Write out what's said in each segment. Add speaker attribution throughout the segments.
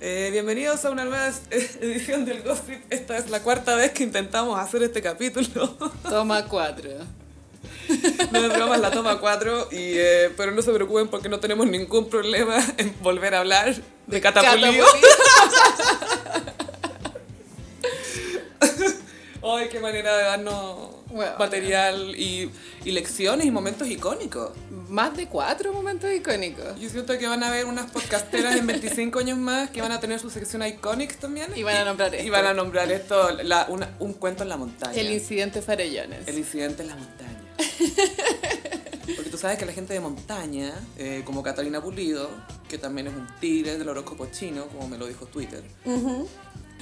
Speaker 1: Eh, bienvenidos a una nueva es- edición del Gossip. Esta es la cuarta vez que intentamos hacer este capítulo.
Speaker 2: Toma cuatro.
Speaker 1: No es broma, es la toma 4. pero no se preocupen porque no tenemos ningún problema en volver a hablar de Catapulío. Ay, qué manera de darnos
Speaker 2: Bueno.
Speaker 1: material y, y lecciones y momentos icónicos.
Speaker 2: Más de cuatro momentos icónicos.
Speaker 1: Yo siento que van a haber unas podcasteras en 25 años más que van a tener su sección Iconic también.
Speaker 2: Y van a nombrar
Speaker 1: Y
Speaker 2: esto.
Speaker 1: van a nombrar esto la- una- un cuento en la montaña.
Speaker 2: El incidente Farellones.
Speaker 1: El incidente en la montaña. Porque tú sabes que la gente de montaña, eh, como Catalina Pulido, que también es un tigre del horóscopo chino, como me lo dijo Twitter,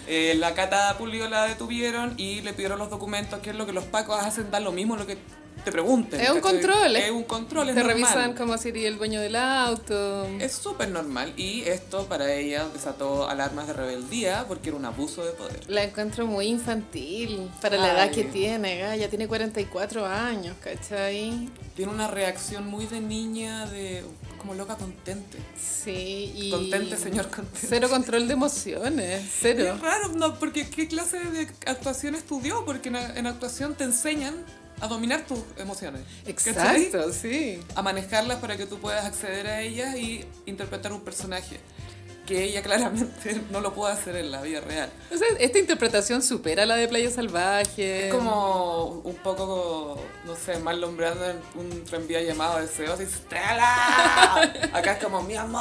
Speaker 1: eh, la Cata Pulido la detuvieron y le pidieron los documentos, que es lo que los pacos hacen, dan lo mismo lo que te pregunten.
Speaker 2: Es un
Speaker 1: ¿cachai?
Speaker 2: control,
Speaker 1: Es
Speaker 2: es-
Speaker 1: un control, es
Speaker 2: Te
Speaker 1: normal.
Speaker 2: revisan como si eres el dueño del auto.
Speaker 1: Es súper normal y esto para ella desató alarmas de rebeldía porque era un abuso de poder.
Speaker 2: La encuentro muy infantil para la edad
Speaker 1: Ay.
Speaker 2: que tiene, ya tiene 44 años, ¿cachai?
Speaker 1: Tiene una reacción muy de niña, de como loca contente.
Speaker 2: Sí, y...
Speaker 1: Contente, señor, contente.
Speaker 2: Cero control de emociones, cero.
Speaker 1: Es raro, no, porque ¿qué clase de actuación estudió? Porque en, en actuación te enseñan a dominar tus emociones. ¿cachai?
Speaker 2: Exacto, sí.
Speaker 1: A manejarlas para que tú puedas acceder a ellas y interpretar un personaje. Que ella claramente no lo puede hacer en la vida real.
Speaker 2: O sea, esta interpretación supera la de Playa Salvaje.
Speaker 1: Es como un poco, no sé, Marlon Brando en un tranvía llamado Deseo, así, ¡Stella! Acá es como, ¡mi amor!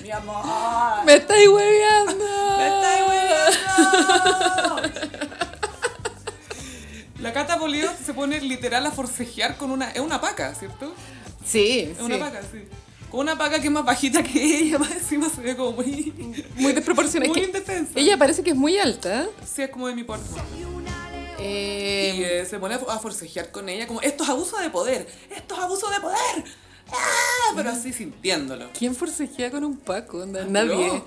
Speaker 1: ¡mi amor!
Speaker 2: ¡Me estáis hueveando!
Speaker 1: ¡Me estáis hueveando! La Cata Polio se pone literal a forcejear con una... Es una paca, ¿cierto?
Speaker 2: Sí,
Speaker 1: Es
Speaker 2: sí.
Speaker 1: una paca, sí. Con una paca que es más bajita que ella, más encima se ve como muy...
Speaker 2: Muy desproporcionada.
Speaker 1: Muy
Speaker 2: Es que
Speaker 1: indefensa.
Speaker 2: Ella parece que es muy alta.
Speaker 1: Sí, es como de mi porte.
Speaker 2: Eh,
Speaker 1: Y eh, se pone a a forcejear con ella como, esto es abuso de poder, esto es abuso de poder. ¡Ah! Pero así sintiéndolo.
Speaker 2: ¿Quién forcejea con un Paco? Onda,
Speaker 1: Ah,
Speaker 2: nadie.
Speaker 1: no.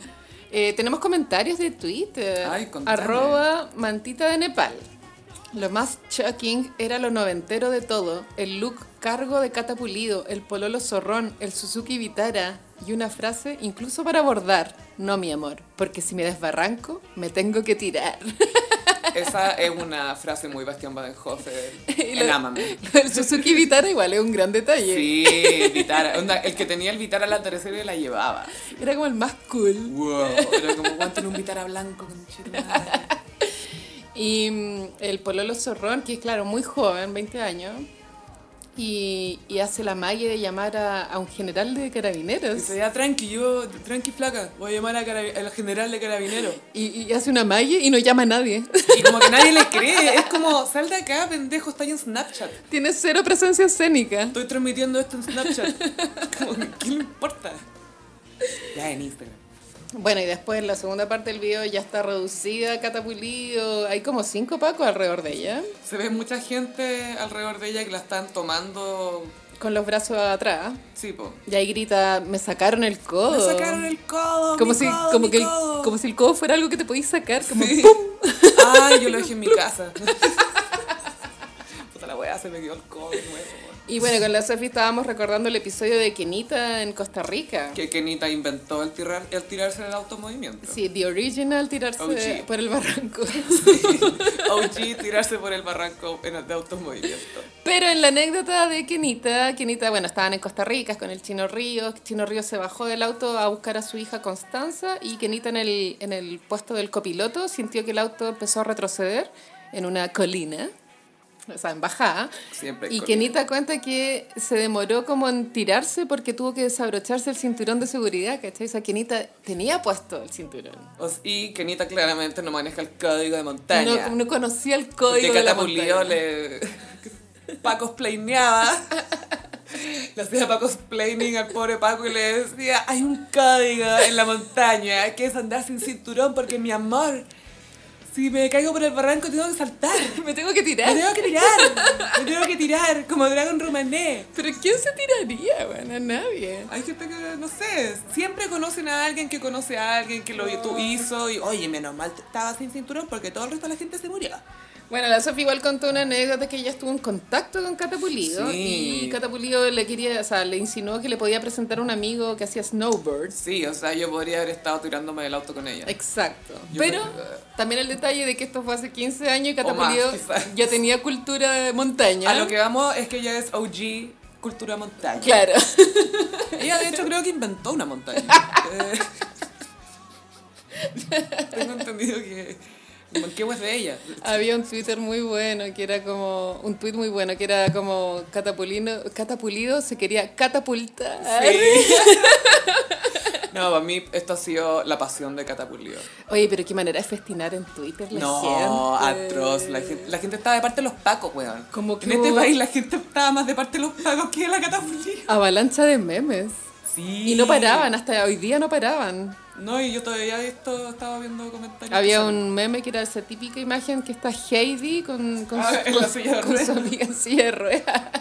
Speaker 2: Eh, tenemos comentarios de Twitter.
Speaker 1: Ay, contame.
Speaker 2: Arroba mantita de Nepal. Lo más shocking era lo noventero de todo. El look cargo de catapulido, el pololo zorrón, el Suzuki Vitara y una frase incluso para abordar. No, mi amor, porque si me desbarranco, me tengo que tirar.
Speaker 1: Esa es una frase muy Bastián Badenhofer
Speaker 2: Y
Speaker 1: en
Speaker 2: lo-
Speaker 1: Amame.
Speaker 2: El Suzuki Vitara igual es un gran detalle.
Speaker 1: Sí, Vitara. Onda, el que tenía el Vitara la tercera y la llevaba.
Speaker 2: Era como el más cool.
Speaker 1: Wow. Era como, ¿cuánto en un Vitara blanco? conchetumadre?"
Speaker 2: Y mm, el pololo zorrón, que es claro, muy joven, 20 años, y, y hace la magia de llamar a, a un general de
Speaker 1: Y
Speaker 2: carabineros.
Speaker 1: se ya tranqui, yo, tranqui flaca, voy a llamar a carabi- al general de carabinero.
Speaker 2: Y, y hace una magia y no llama a nadie.
Speaker 1: Y como que nadie le cree. Es como, sal de acá, pendejo, está ahí en Snapchat.
Speaker 2: Tiene cero presencia escénica.
Speaker 1: Estoy transmitiendo esto en Snapchat. Como, ¿qué le importa? Ya en Instagram.
Speaker 2: Bueno, y después en la segunda parte del video ya está reducida, catapulido. Hay como cinco pacos alrededor de ella,
Speaker 1: Se ve mucha gente alrededor de ella que la están tomando.
Speaker 2: con los brazos atrás.
Speaker 1: Sí, po.
Speaker 2: Y ahí grita, me sacaron el codo.
Speaker 1: Me sacaron el codo.
Speaker 2: Oh. como
Speaker 1: mi
Speaker 2: si,
Speaker 1: codo,
Speaker 2: como,
Speaker 1: mi
Speaker 2: que el,
Speaker 1: codo.
Speaker 2: como si el codo fuera algo que te podías sacar, como
Speaker 1: Sí.
Speaker 2: ¡pum!
Speaker 1: Ay, yo lo dejé en mi casa. Puta la weá, se me quedó el codo de nuevo.
Speaker 2: Y bueno, con la Sofi estábamos recordando el episodio de Kenita en Costa Rica.
Speaker 1: Que Kenita inventó el, tirar, el tirarse en el automovimiento.
Speaker 2: Sí, The Original tirarse
Speaker 1: OG.
Speaker 2: por el barranco.
Speaker 1: OG tirarse por el barranco en el de automovimiento.
Speaker 2: Pero en la anécdota de Kenita, Kenita, bueno, estaban en Costa Rica con el Chino Ríos. Chino Ríos se bajó del auto a buscar a su hija Constanza y Kenita en el, en el puesto del copiloto sintió que el auto empezó a retroceder en una colina. O sea, en bajada.
Speaker 1: Siempre hay
Speaker 2: y
Speaker 1: colina.
Speaker 2: Kenita cuenta que se demoró como en tirarse porque tuvo que desabrocharse el cinturón de seguridad, ¿cachai? O sea, Kenita tenía puesto el cinturón.
Speaker 1: O s- Y Kenita claramente no maneja el código de montaña.
Speaker 2: No, no conocía el
Speaker 1: Porque
Speaker 2: código de la
Speaker 1: Catapulido
Speaker 2: montaña.
Speaker 1: le... Paco planeaba. Le hacía Paco splaining al pobre Paco y le decía, hay un código en la montaña que es andar sin cinturón porque mi amor, si me caigo por el barranco tengo que saltar.
Speaker 2: Me tengo que
Speaker 1: Me
Speaker 2: tirar.
Speaker 1: tengo que tirar. Me tengo que tirar como Dragon Rumané.
Speaker 2: Pero ¿quién se tiraría, bueno? Nadie.
Speaker 1: Hay gente que, no sé, siempre conocen a alguien que conoce a alguien que lo tú hizo y, oye, menos mal estaba sin cinturón porque todo el resto de la gente se murió.
Speaker 2: Bueno, la Sofi igual contó una anécdota que ella estuvo en contacto con Catapulido
Speaker 1: Sí.
Speaker 2: y Catapulido le quería, o sea, le insinuó que le podía presentar a un amigo que hacía snowboards.
Speaker 1: Sí, o sea, yo podría haber estado tirándome del auto con ella.
Speaker 2: Exacto.
Speaker 1: Yo
Speaker 2: Pero
Speaker 1: me-
Speaker 2: también el detalle de que esto fue hace 15 años y
Speaker 1: O más,
Speaker 2: Catapulido
Speaker 1: quizás.
Speaker 2: ya tenía cultura de montaña.
Speaker 1: A lo que vamos es que ella es OG cultura montaña.
Speaker 2: Claro.
Speaker 1: Ella de hecho creo que inventó una montaña. Eh, Tengo entendido que Manquehue es de ella.
Speaker 2: Había un Twitter muy bueno que era como. Un tweet muy bueno que era como. Catapulino, catapulido se quería catapultar.
Speaker 1: Sí. No, para mí esto ha sido la pasión de Catapulido.
Speaker 2: Oye, pero qué manera de festinar en Twitter la
Speaker 1: No,
Speaker 2: gente.
Speaker 1: atroz. La gente, la gente estaba de parte de los pacos, weón.
Speaker 2: Como que
Speaker 1: en este
Speaker 2: hubo-
Speaker 1: país la gente estaba más de parte de los pacos que de la Catapulido.
Speaker 2: Avalancha de memes.
Speaker 1: Sí.
Speaker 2: Y no paraban, hasta hoy día no paraban.
Speaker 1: No, y yo todavía esto estaba viendo comentarios.
Speaker 2: Había un meme que era esa típica imagen que está Heidi con, con,
Speaker 1: Ah,
Speaker 2: su,
Speaker 1: en la silla de
Speaker 2: con su
Speaker 1: ruedas.
Speaker 2: amiga en silla de ruedas.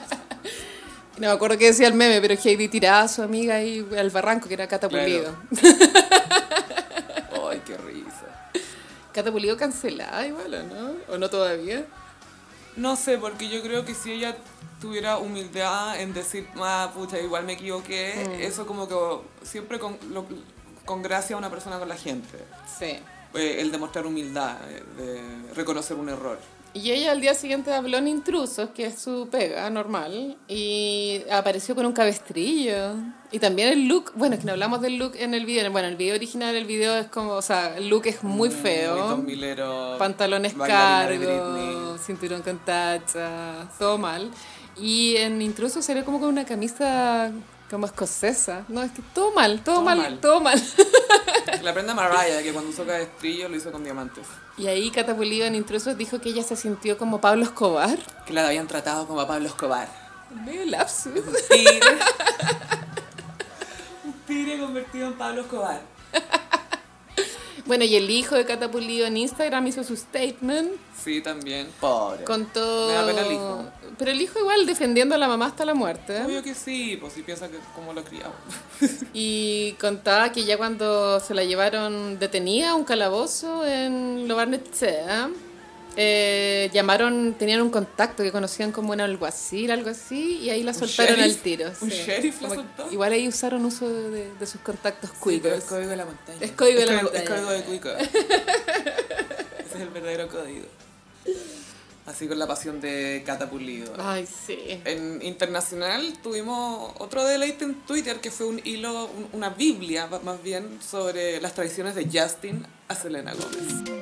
Speaker 2: No me acuerdo qué decía el meme, pero Heidi tiraba a su amiga ahí al barranco que era Catapulido.
Speaker 1: Claro. Ay, qué risa.
Speaker 2: Catapulido cancelada igual, ¿o no? ¿O no todavía?
Speaker 1: No sé, porque yo creo que si ella tuviera humildad en decir, ah, pucha, igual me equivoqué,
Speaker 2: Mm.
Speaker 1: eso como que siempre con, lo- con gracia a una persona con la gente.
Speaker 2: Sí.
Speaker 1: Eh, el demostrar humildad, eh, de reconocer un error.
Speaker 2: Y ella al día siguiente habló en Intrusos, que es su pega normal, y apareció con un cabestrillo. Y también el look, bueno, es que no hablamos del look en el video. Bueno, el video original, el video es como, o sea, el look es muy
Speaker 1: Mm, Muy
Speaker 2: feo.
Speaker 1: dos milero,
Speaker 2: Pantalones
Speaker 1: bailarina de Britney.
Speaker 2: cargos, cinturón con tacha, todo mal. Y en Intrusos salió como con una camisa como escocesa. No, es que todo mal, todo,
Speaker 1: Todo
Speaker 2: mal,
Speaker 1: mal.
Speaker 2: todo mal.
Speaker 1: La prenda Mariah, que cuando usó cabestrillo lo hizo con diamantes.
Speaker 2: Y ahí Catapulido en Intrusos dijo que ella se sintió como Pablo Escobar.
Speaker 1: Que la habían tratado como a Pablo Escobar.
Speaker 2: Medio lapsus.
Speaker 1: Un tigre. un tigre convertido en Pablo Escobar.
Speaker 2: Bueno, y el hijo de Catapulido en Instagram hizo su statement.
Speaker 1: Sí, también. Pobre.
Speaker 2: Contó.
Speaker 1: Eh, Me da pena el hijo.
Speaker 2: Pero el hijo igual defendiendo a la mamá hasta la muerte.
Speaker 1: Obvio que sí, pues si piensa que como lo criaba.
Speaker 2: Y contaba que ya cuando se la llevaron detenida a un calabozo en Lobarnechea, eh, llamaron, tenían un contacto que conocían como un alguacil, algo así, y ahí la soltaron al
Speaker 1: sheriff?
Speaker 2: tiro.
Speaker 1: ¿Un
Speaker 2: sí.
Speaker 1: sheriff la
Speaker 2: Como-
Speaker 1: soltó?
Speaker 2: Igual ahí usaron uso de, de sus contactos cuicos.
Speaker 1: es código de la montaña.
Speaker 2: Es código de la
Speaker 1: Es
Speaker 2: montaña.
Speaker 1: código de cuico. Ese es el verdadero código. Así con la pasión de Catapulido.
Speaker 2: Ay, sí.
Speaker 1: En internacional tuvimos otro deleite en Twitter que fue un hilo, un- una biblia va- más bien, sobre las tradiciones de Justin a Selena Gómez.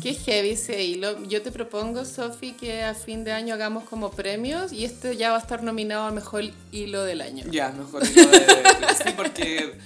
Speaker 2: Qué heavy ese hilo. Yo te propongo, Sofi, que a fin de año hagamos como premios y este ya va a estar nominado a mejor hilo del año.
Speaker 1: Ya, mejor hilo de, sí, porque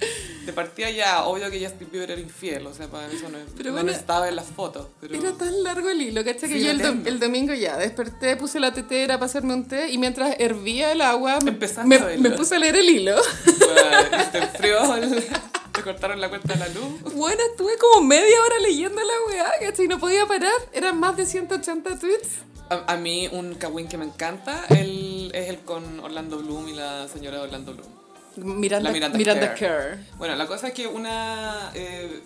Speaker 1: de partida ya, obvio que Justin Bieber era infiel, o sea, para mí eso no,
Speaker 2: Pero
Speaker 1: no
Speaker 2: bueno,
Speaker 1: estaba en las fotos. Pero...
Speaker 2: Era tan largo el hilo, ¿cachai? Que
Speaker 1: Sí,
Speaker 2: yo el, dom-
Speaker 1: eterno.
Speaker 2: el domingo ya desperté, puse la tetera para hacerme un té y mientras hervía el agua me,
Speaker 1: Empezaste
Speaker 2: me-
Speaker 1: a verlo.
Speaker 2: me puse a leer el hilo.
Speaker 1: Bueno, te enfrió, el- te cortaron la cuenta de la luz.
Speaker 2: Bueno, estuve como media hora leyendo la weá, ¿cachai? No podía parar. Eran más de 180 tweets.
Speaker 1: A, a mí un kawin que me encanta el- es el con Orlando Bloom y la señora de Orlando Bloom.
Speaker 2: Miranda,
Speaker 1: La Miranda
Speaker 2: Kerr.
Speaker 1: Bueno, la cosa es que una... eh,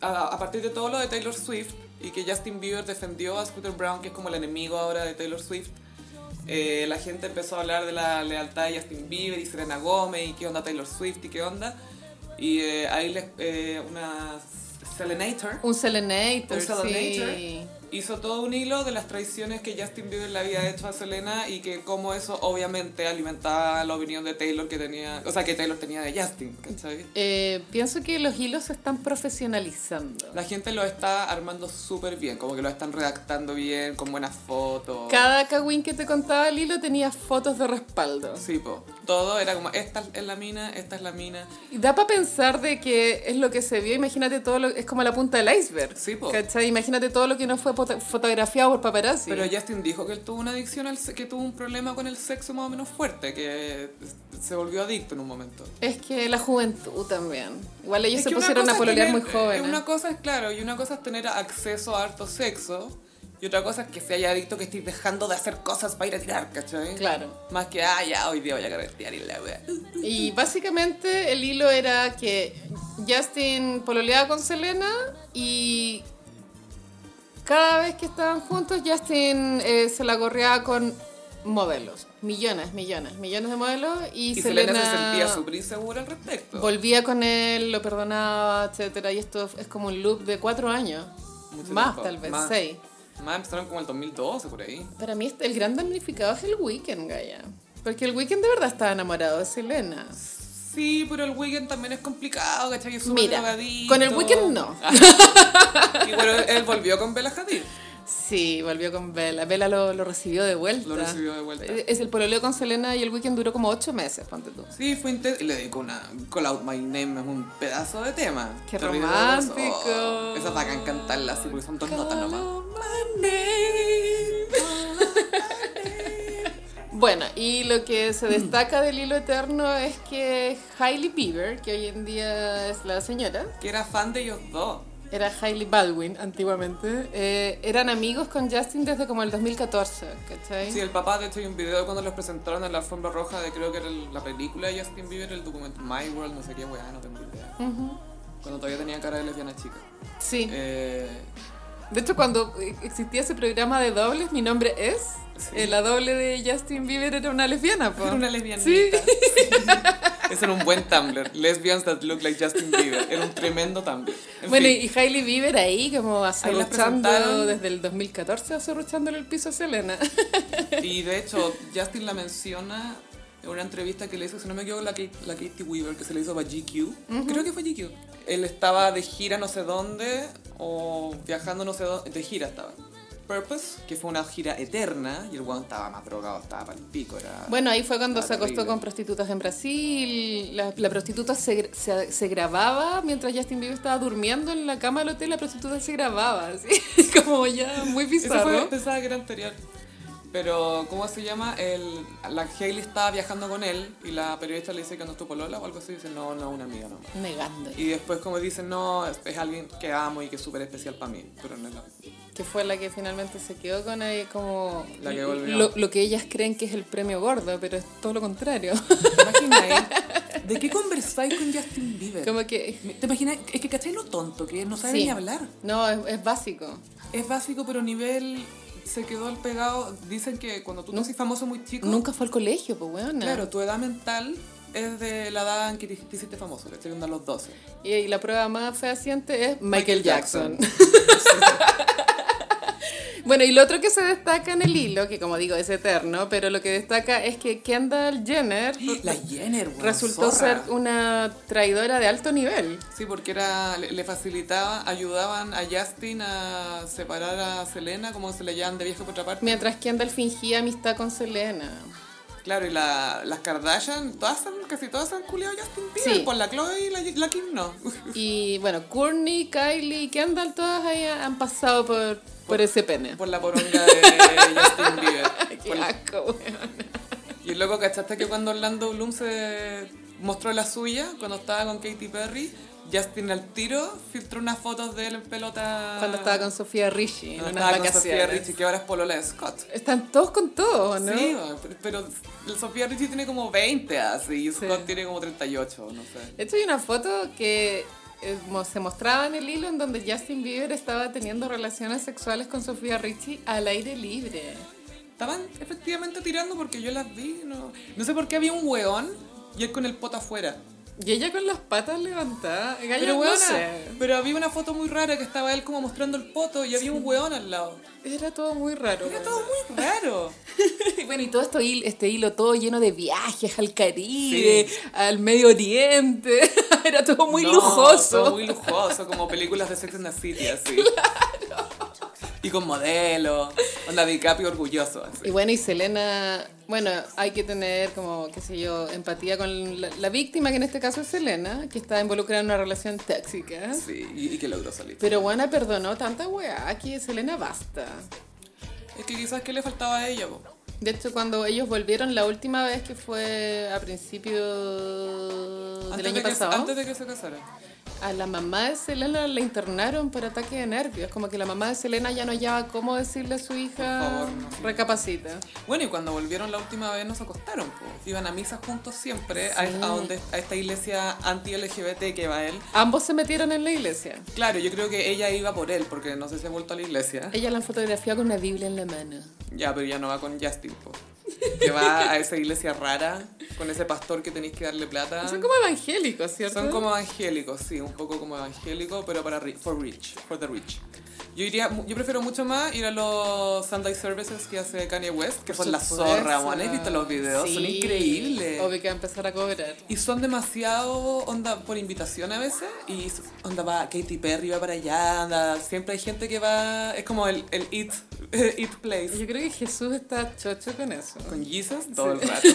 Speaker 1: a, a partir de todo lo de Taylor Swift y que Justin Bieber defendió a Scooter Brown, que es como el enemigo ahora de Taylor Swift, eh, la gente empezó a hablar de la lealtad de Justin Bieber y Serena Gómez y qué onda Taylor Swift y qué onda. Y eh, ahí les- eh, una Selenator
Speaker 2: Un Selenator,
Speaker 1: Un Selenator.
Speaker 2: sí.
Speaker 1: hizo todo un hilo de las traiciones que Justin Bieber le había hecho a Selena y que como eso obviamente alimentaba la opinión de Taylor que tenía, o sea, que Taylor tenía de Justin, ¿cachai?
Speaker 2: Eh, pienso que los hilos se están profesionalizando.
Speaker 1: La gente lo está armando súper bien, como que lo están redactando bien, con buenas fotos.
Speaker 2: Cada cagüín que te contaba el hilo tenía fotos de respaldo.
Speaker 1: Sí, po. Todo era como, esta es la mina, esta es la mina.
Speaker 2: Y da para pensar de que es lo que se vio, imagínate todo lo es como la punta del iceberg.
Speaker 1: Sí, po.
Speaker 2: ¿Cachai? Imagínate todo lo que no fue foto- fotografiado por paparazzi.
Speaker 1: Pero Justin dijo que él tuvo una adicción, al se- que tuvo un problema con el sexo más o menos fuerte, que se volvió adicto en un momento.
Speaker 2: Es que la juventud también. Igual ellos
Speaker 1: Es
Speaker 2: se
Speaker 1: que una
Speaker 2: pusieron a
Speaker 1: cosa es
Speaker 2: pololear
Speaker 1: tener-
Speaker 2: muy
Speaker 1: eh,
Speaker 2: jóvenes.
Speaker 1: Una cosa es, claro, y una cosa es tener acceso a harto sexo, y otra cosa es que se haya adicto que estés dejando de hacer cosas para ir a tirar, ¿cachai?
Speaker 2: Claro.
Speaker 1: Más que, ah, ya, hoy día voy a carretear y la wea.
Speaker 2: Y básicamente el hilo era que Justin pololeaba con Selena y Cada vez que estaban juntos, Justin eh, se la corría con modelos, millones, millones, millones de modelos y,
Speaker 1: Y
Speaker 2: Selena,
Speaker 1: Selena, se sentía súper insegura al respecto.
Speaker 2: volvía con él, lo perdonaba, etcétera. Y esto es como un loop de cuatro años,
Speaker 1: Mucho
Speaker 2: más
Speaker 1: tiempo,
Speaker 2: tal vez,
Speaker 1: más.
Speaker 2: seis.
Speaker 1: Más empezaron como en el 2012 por ahí.
Speaker 2: Para mí este, el gran damnificado es el Weekend, Gaya. Porque el Weekend de verdad estaba enamorado de Selena.
Speaker 1: Sí, pero el weekend también es complicado, ¿cachai? Es súper
Speaker 2: Mira,
Speaker 1: drogadito. Ah.
Speaker 2: con el Weeknd no.
Speaker 1: y bueno, él volvió con Bella Hadid.
Speaker 2: Sí, volvió con Bella. Bella lo, lo recibió de vuelta.
Speaker 1: Lo recibió de vuelta.
Speaker 2: Es el pololeo con Selena y el Weekend duró como ocho meses, ponte tú.
Speaker 1: Sí, fue intenso. Y le dedicó una Call Out My Name, es un pedazo de tema.
Speaker 2: ¡Qué
Speaker 1: Terrible Oh,
Speaker 2: romántico!
Speaker 1: doloroso. Esas vacan cantarla así porque son dos notas nomás.
Speaker 2: Bueno, y lo que
Speaker 1: Mm.
Speaker 2: se destaca del hilo eterno es que Hailey Bieber, que hoy en día es la señora,
Speaker 1: Que era fan de ellos dos.
Speaker 2: era Hailey Baldwin antiguamente, eh, eran amigos con Justin desde como el 2014, ¿cachai?
Speaker 1: Sí, el papá, de hecho, hay un video cuando los presentaron en la alfombra roja de creo que era el- la película de Justin Bieber, el documento My World, no sé qué weá, no tengo idea.
Speaker 2: Ujú.
Speaker 1: Cuando todavía tenía cara de lesbiana chica.
Speaker 2: Sí.
Speaker 1: Eh,
Speaker 2: De hecho, cuando eh, existía ese programa de dobles, mi nombre es.
Speaker 1: Sí.
Speaker 2: eh, la doble de Justin Bieber era una lesbiana, po.
Speaker 1: era una lesbianita.
Speaker 2: Sí.
Speaker 1: Eso era un buen Tumblr. Lesbians that look like Justin Bieber. Era un tremendo Tumblr. En
Speaker 2: Bueno,
Speaker 1: fin.
Speaker 2: y Hailey Bieber ahí como azorruchando
Speaker 1: presentaron.
Speaker 2: desde el 2014, azorruchándole el piso a Selena.
Speaker 1: Y de hecho, Justin la menciona en una entrevista que le hizo, si no me equivoco, la, Kate- la Katie Weaver, que se le hizo para GQ. Creo que fue GQ. Él estaba de gira no sé dónde, o viajando no sé dónde, de gira estaba. Purpose, que fue una gira eterna, y el weón estaba más drogado, estaba para el pico, era...
Speaker 2: Bueno, ahí fue cuando
Speaker 1: Ah,
Speaker 2: se acostó
Speaker 1: terrible.
Speaker 2: con prostitutas en Brasil. La, la prostituta se, se- se grababa mientras Justin Bieber estaba durmiendo en la cama del hotel. La prostituta se grababa, así como ya muy
Speaker 1: Eso fue,
Speaker 2: bizarro.
Speaker 1: pensaba que era anterior. Pero, ¿cómo se llama? El, la Hailey estaba viajando con él, y la periodista le dice que no es tu polola o algo así, y dice, no, no, una amiga nomás.
Speaker 2: Negando,
Speaker 1: Y después como dicen, no, es, es alguien que amo y que es súper especial para mí, pero no es la
Speaker 2: que fue la que finalmente se quedó con ahí como
Speaker 1: La que volvió.
Speaker 2: lo, lo que ellas creen que es el premio gordo, pero es todo lo contrario.
Speaker 1: ¿Te imagináis? ¿De qué conversáis con Justin Bieber?
Speaker 2: como que
Speaker 1: ¿Te imaginas? Es que cacháis lo tonto, que no sabe
Speaker 2: Sí.
Speaker 1: ni hablar.
Speaker 2: no, es, es básico.
Speaker 1: Es básico, pero nivel se quedó al pegado. Dicen que cuando tú no eres famoso muy chico,
Speaker 2: Nunca fue al colegio, pues weona.
Speaker 1: claro, tu edad mental es de la edad en que te, te hiciste famoso, que te a los 12.
Speaker 2: Y, y la prueba más fehaciente es Michael, Jackson. Bueno, y lo otro que se destaca en el hilo, que como digo es eterno, pero lo que destaca es que Kendall Jenner
Speaker 1: la Jenner, weón,
Speaker 2: resultó
Speaker 1: zorra.
Speaker 2: ser una traidora de alto nivel.
Speaker 1: Sí, porque era, le le facilitaba, ayudaban a Justin a separar a Selena, como se le llaman de viejo por otra parte.
Speaker 2: Mientras Kendall fingía amistad con Selena.
Speaker 1: Claro, y la- las Kardashian, todas han- casi todas han culiado a Justin Bieber,
Speaker 2: Sí.
Speaker 1: por la Chloe y la, la Kim no.
Speaker 2: Y bueno, Courtney, Kylie y Kendall, todas ahí han pasado por, por ese pene.
Speaker 1: Por la poronga de Justin Bieber.
Speaker 2: Qué
Speaker 1: Por la-
Speaker 2: asco, weón.
Speaker 1: y el loco, ¿cachaste que cuando Orlando Bloom se mostró la suya, cuando estaba con Katy Perry, Justin al tiro filtró unas fotos de él en pelota.
Speaker 2: Cuando estaba con Sofía Richie en
Speaker 1: Cuando
Speaker 2: unas
Speaker 1: estaba con Sofía
Speaker 2: vacaciones.
Speaker 1: Richie, que ahora es polola de Scott.
Speaker 2: Están todos con todo, ¿no?
Speaker 1: Sí, pero el Sofía Richie tiene como 20 así, y
Speaker 2: Sí.
Speaker 1: Scott tiene como 38, no sé.
Speaker 2: De hecho, hay una foto que eh, mo- se mostraba en el hilo en donde Justin Bieber estaba teniendo relaciones sexuales con Sofía Richie al aire libre.
Speaker 1: Estaban efectivamente tirando porque yo las vi, no, no sé por qué había un weón y él con el poto afuera.
Speaker 2: Y ella con las patas levantadas. Gaya,
Speaker 1: Pero,
Speaker 2: no
Speaker 1: weona,
Speaker 2: sé.
Speaker 1: pero había una foto muy rara que estaba él como mostrando el poto y había un weón al lado.
Speaker 2: Era todo muy raro.
Speaker 1: Era todo muy raro.
Speaker 2: Y bueno, y todo esto, hil- este hilo todo lleno de viajes al Caribe, al Medio Oriente. Era todo muy
Speaker 1: No,
Speaker 2: lujoso.
Speaker 1: todo muy lujoso, como películas de Sex and the City, así. Y con modelo, onda DiCaprio orgulloso, así.
Speaker 2: Y bueno, y Selena, bueno, hay que tener como, qué sé yo, empatía con la, la víctima, que en este caso es Selena, que está involucrada en una relación tóxica.
Speaker 1: Sí, y, y que logró salir.
Speaker 2: Pero Juana perdonó tanta weá que Selena basta.
Speaker 1: Es que quizás que le faltaba a ella, po?
Speaker 2: De hecho, cuando ellos volvieron la última vez, que fue a principio del
Speaker 1: Antes
Speaker 2: año
Speaker 1: de que-
Speaker 2: pasado,
Speaker 1: antes de que se casara.
Speaker 2: a la mamá de Selena la internaron por ataque de nervios. Como que la mamá de Selena ya no hallaba cómo decirle a su hija,
Speaker 1: Por favor, no.
Speaker 2: recapacita.
Speaker 1: Bueno, y cuando volvieron la última vez nos acostaron, pues. Iban a misa juntos siempre, a,
Speaker 2: Sí.
Speaker 1: a donde, a esta iglesia anti-LGBT que va él.
Speaker 2: Ambos se metieron en la iglesia.
Speaker 1: Claro, yo creo que ella iba por él, porque no sé si ha vuelto a la iglesia.
Speaker 2: Ella la fotografía con una Biblia en la mano.
Speaker 1: Ya, pero ya no va con Justin, pues. Que va a esa iglesia rara, con ese pastor que tenéis que darle plata.
Speaker 2: Son como evangélicos, ¿cierto?
Speaker 1: Son como evangélicos, sí, un poco como evangélicos, pero para ri- for rich, for the rich. Yo iría, yo prefiero mucho más ir a los Sunday services que hace Kanye West, que son la zorra,
Speaker 2: Juan,
Speaker 1: Juan. ¿Has visto los videos? Son increíbles.
Speaker 2: Obvio que va a empezar a cobrar.
Speaker 1: Y son demasiado onda por invitación a veces. Y s- onda va Katy Perry, va para allá, anda. Siempre hay gente que va. Es como el, el It, it Place.
Speaker 2: Yo creo que Jesús está chocho con eso.
Speaker 1: Con Jesus todo el rato.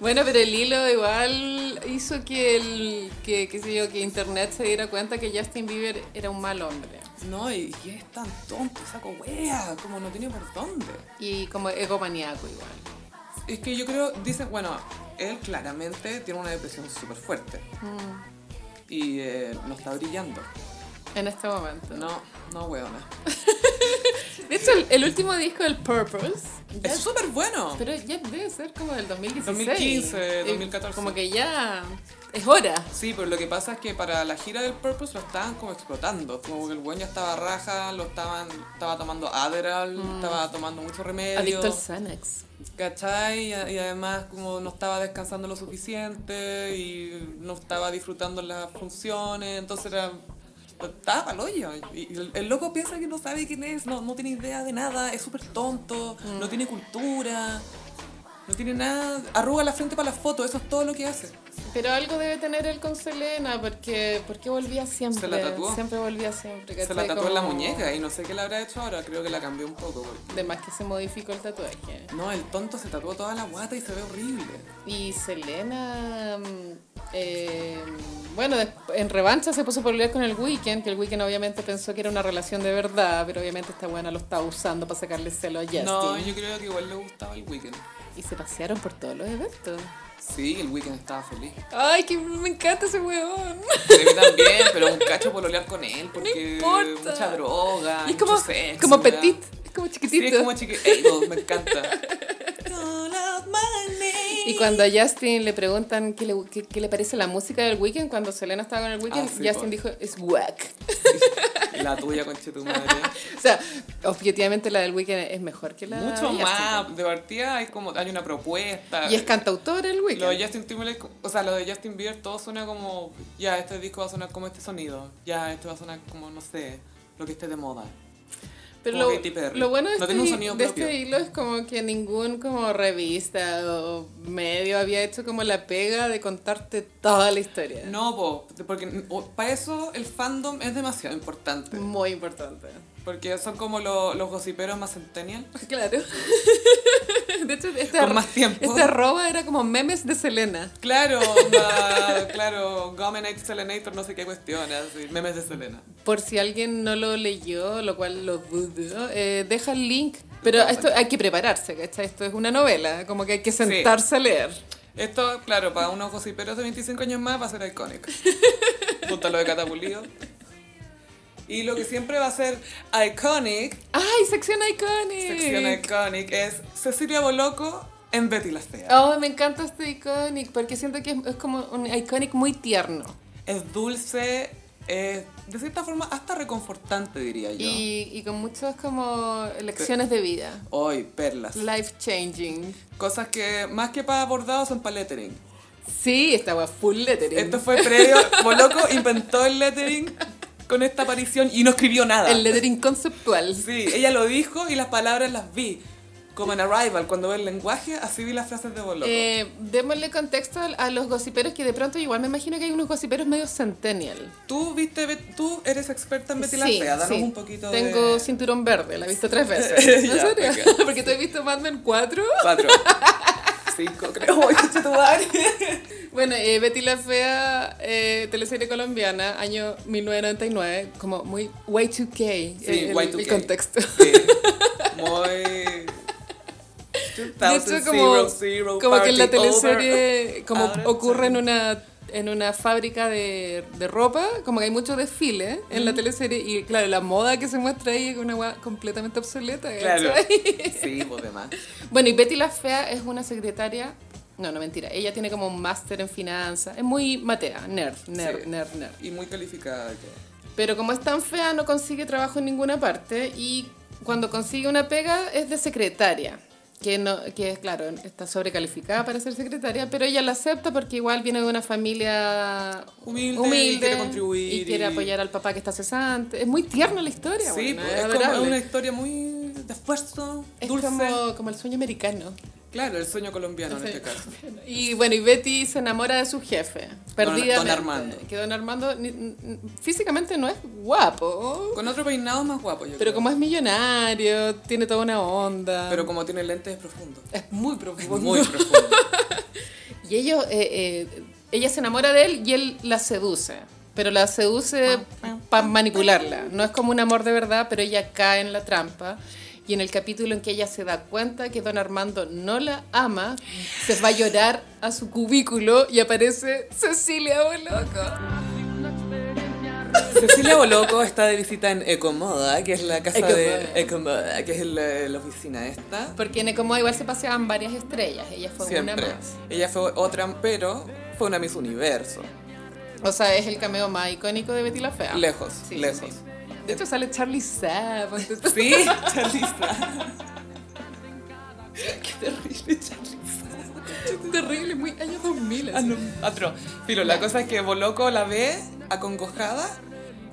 Speaker 2: Bueno, pero el hilo igual hizo que el que qué sé yo, que internet se diera cuenta que Justin Bieber era un mal hombre
Speaker 1: No, y, y es tan tonto, saco wea, como no tiene por dónde.
Speaker 2: y como egomaniaco igual.
Speaker 1: Es que yo creo, dicen, bueno, él claramente tiene una depresión súper fuerte. Mm. Y eh, no está brillando.
Speaker 2: En este momento.
Speaker 1: No, no, weona.
Speaker 2: De hecho, el, el último disco del Purpose ya-
Speaker 1: Es súper bueno.
Speaker 2: pero ya debe ser como del 2016.
Speaker 1: 2015,
Speaker 2: Eh,
Speaker 1: 2014.
Speaker 2: Como que ya es hora.
Speaker 1: Sí, pero lo que pasa es que para la gira del Purpose lo estaban como explotando. Como que el buen ya estaba raja, lo estaban, estaba tomando Adderall, estaba tomando mucho remedio.
Speaker 2: Adicto al Xanax.
Speaker 1: ¿Cachai? Y, a- y además como no estaba descansando lo suficiente y no estaba disfrutando las funciones, entonces era... Estaba pa'l hoyo. Y y el, el loco piensa que no sabe quién es, no, no tiene idea de nada, es súper tonto, no tiene cultura, no tiene nada. Arruga la frente para la foto, eso es todo lo que hace.
Speaker 2: Pero algo debe tener él con Selena, porque, porque volvía siempre.
Speaker 1: Se la tatuó.
Speaker 2: Siempre volvía siempre.
Speaker 1: Se la
Speaker 2: ¿cachai?
Speaker 1: tatuó en la
Speaker 2: Como-
Speaker 1: muñeca y no sé qué le habrá hecho ahora, creo que la cambió un poco. porque-
Speaker 2: De más que se modificó el tatuaje.
Speaker 1: No, el tonto se tatuó toda la guata y se ve horrible.
Speaker 2: Y Selena, mm, eh, bueno, des- en revancha se puso por pelear con el Weekend, que el Weekend obviamente pensó que era una relación de verdad, pero obviamente esta buena lo estaba usando para sacarle celo a Justin.
Speaker 1: No, yo creo que igual le gustaba el weekend.
Speaker 2: Y se pasearon por todos los eventos.
Speaker 1: Sí, el weekend estaba feliz.
Speaker 2: Ay, que me encanta ese huevón.
Speaker 1: Sí, a mí también, pero un cacho pololear con él porque
Speaker 2: importa.
Speaker 1: mucha droga,
Speaker 2: es como,
Speaker 1: mucho sexo,
Speaker 2: como
Speaker 1: ¿verdad?
Speaker 2: petit, es como
Speaker 1: Sí,
Speaker 2: chiquitito.
Speaker 1: es como chiquito, me encanta. Call out my name.
Speaker 2: Y cuando a Justin le preguntan qué le, qué- qué le parece la música del Weekend, cuando Selena estaba con el Weekend,
Speaker 1: Ah, sí,
Speaker 2: Justin
Speaker 1: por-
Speaker 2: dijo, es whack.
Speaker 1: La tuya, conche tu madre.
Speaker 2: O sea, objetivamente la del Weekend es mejor que la de
Speaker 1: Mucho
Speaker 2: Justin.
Speaker 1: más, de partida hay como, hay una propuesta.
Speaker 2: Y es cantautor el
Speaker 1: Lo de
Speaker 2: Weeknd.
Speaker 1: Justin Timberlake, o sea, lo de Justin Bieber todo suena como, ya, este disco va a sonar como este sonido, ya, esto va a sonar como, no sé, lo que esté de moda.
Speaker 2: Pero
Speaker 1: como
Speaker 2: lo,
Speaker 1: Katy Perry.
Speaker 2: lo bueno de,
Speaker 1: No
Speaker 2: este,
Speaker 1: tiene un sonido
Speaker 2: de
Speaker 1: propio.
Speaker 2: este hilo es como que ningún como revista o medio había hecho como la pega de contarte toda la historia.
Speaker 1: No, po, porque para eso el fandom es demasiado importante.
Speaker 2: Muy importante.
Speaker 1: Porque son como lo- los gossiperos más centennial.
Speaker 2: Claro. De hecho, este,
Speaker 1: Con
Speaker 2: arro-
Speaker 1: más tiempo.
Speaker 2: este arroba era como memes de Selena.
Speaker 1: Claro, onda, claro, Gomenate, Selenator, no sé qué cuestión, así, memes de Selena.
Speaker 2: Por si alguien no lo leyó, lo cual lo dudo, eh, deja el link. Pero
Speaker 1: Totalmente.
Speaker 2: esto hay que prepararse, ¿cachai? Esto es una novela, como que hay que sentarse a leer.
Speaker 1: Esto, claro, para unos gossiperos de 25 años más va a ser icónico. Junto a lo de Catapulido. Y lo que siempre va a ser iconic,
Speaker 2: ¡Ay, sección iconic!
Speaker 1: sección iconic, es Cecilia Boloco en Betty la Fea.
Speaker 2: Oh, me encanta este iconic porque siento que es, es como un iconic muy tierno.
Speaker 1: Es dulce, es de cierta forma hasta reconfortante, diría yo.
Speaker 2: Y, y con muchas como lecciones de vida.
Speaker 1: Hoy, perlas.
Speaker 2: Life changing.
Speaker 1: Cosas que más que para bordado son para lettering.
Speaker 2: Sí, estaba full lettering.
Speaker 1: Esto fue previo. Boloco inventó el lettering con esta aparición y no escribió nada.
Speaker 2: El lettering conceptual.
Speaker 1: Sí, ella lo dijo y las palabras las vi. Como en Arrival, cuando ve el lenguaje, así vi las frases de Boloco.
Speaker 2: Eh, démosle contexto al- a los gossiperos que de pronto igual me imagino que hay unos gossiperos medio centennial.
Speaker 1: tú viste, Bet- tú eres experta en Betty la Fea, danos un poquito
Speaker 2: Tengo
Speaker 1: de...
Speaker 2: cinturón verde, la he visto tres veces. ¿En
Speaker 1: Ya,
Speaker 2: serio?
Speaker 1: ok.
Speaker 2: Porque tú has visto Mad Men 4.
Speaker 1: Cuatro. Cinco, creo. Ay, concha tu madre.
Speaker 2: Bueno, eh, Betty la Fea, eh, teleserie colombiana, año 1999, como muy Y2K, eh, el,
Speaker 1: Y2K.
Speaker 2: el contexto.
Speaker 1: Sí. Muy...
Speaker 2: De hecho, como, como que en la teleserie como
Speaker 1: Ahora
Speaker 2: ocurre en
Speaker 1: sí.
Speaker 2: una en una fábrica de, de ropa, como que hay mucho desfile en la teleserie, y claro, la moda que se muestra ahí es una weá completamente obsoleta.
Speaker 1: Claro.
Speaker 2: ¿cachai?
Speaker 1: Sí, pues demás.
Speaker 2: Bueno, y Betty la Fea es una secretaria. No, no, mentira. Ella tiene como un máster en finanzas. Es muy matea, nerd, nerd,
Speaker 1: Sí.
Speaker 2: nerd, nerd.
Speaker 1: Y muy calificada. que-
Speaker 2: Pero como es tan fea, no consigue trabajo en ninguna parte. Y cuando consigue una pega, es de secretaria. Que, no, que claro, está sobrecalificada para ser secretaria, pero ella la acepta porque igual viene de una familia
Speaker 1: Humilde, y quiere contribuir
Speaker 2: y quiere
Speaker 1: y-
Speaker 2: apoyar al papá que está cesante. Es muy tierna la historia,
Speaker 1: Sí,
Speaker 2: bueno,
Speaker 1: pues,
Speaker 2: es
Speaker 1: es como
Speaker 2: adorable.
Speaker 1: una historia muy de esfuerzo,
Speaker 2: Es
Speaker 1: dulce.
Speaker 2: como, como el sueño americano.
Speaker 1: Claro, el sueño colombiano en
Speaker 2: Sí.
Speaker 1: este caso.
Speaker 2: Y bueno, y Betty se enamora de su jefe, perdidamente.
Speaker 1: don Armando.
Speaker 2: Que don Armando ni- n- físicamente no es guapo,
Speaker 1: Con otro peinado más guapo, yo
Speaker 2: pero
Speaker 1: creo.
Speaker 2: como es millonario, tiene toda una onda.
Speaker 1: Pero como tiene lentes es profundo.
Speaker 2: es muy profundo.
Speaker 1: Muy profundo.
Speaker 2: Y ellos, eh, eh, ella se enamora de él y él la seduce. Pero la seduce para manipularla. No es como un amor de verdad, pero ella cae en la trampa. Y en el capítulo en que ella se da cuenta que don Armando no la ama, se va a llorar a su cubículo y aparece Cecilia oh, Boloco.
Speaker 1: Cecilia Boloco está de visita en Ecomoda, que es la casa
Speaker 2: Ecomoda.
Speaker 1: de Ecomoda, que es la, la oficina esta.
Speaker 2: Porque en Ecomoda igual se paseaban varias estrellas. Ella fue una
Speaker 1: Siempre.
Speaker 2: más.
Speaker 1: Ella fue otra, pero fue una Miss Universo.
Speaker 2: O sea, es el cameo más icónico de Betty la Fea.
Speaker 1: Lejos,
Speaker 2: Sí, sí,
Speaker 1: lejos.
Speaker 2: sí. De hecho, sale Charlie Sapp.
Speaker 1: Sí, Charliza. Qué terrible, Charliza.
Speaker 2: Terrible, muy años 2000.
Speaker 1: Ah,
Speaker 2: así.
Speaker 1: no, atro. Filo, la cosa es que Boloco la ve acongojada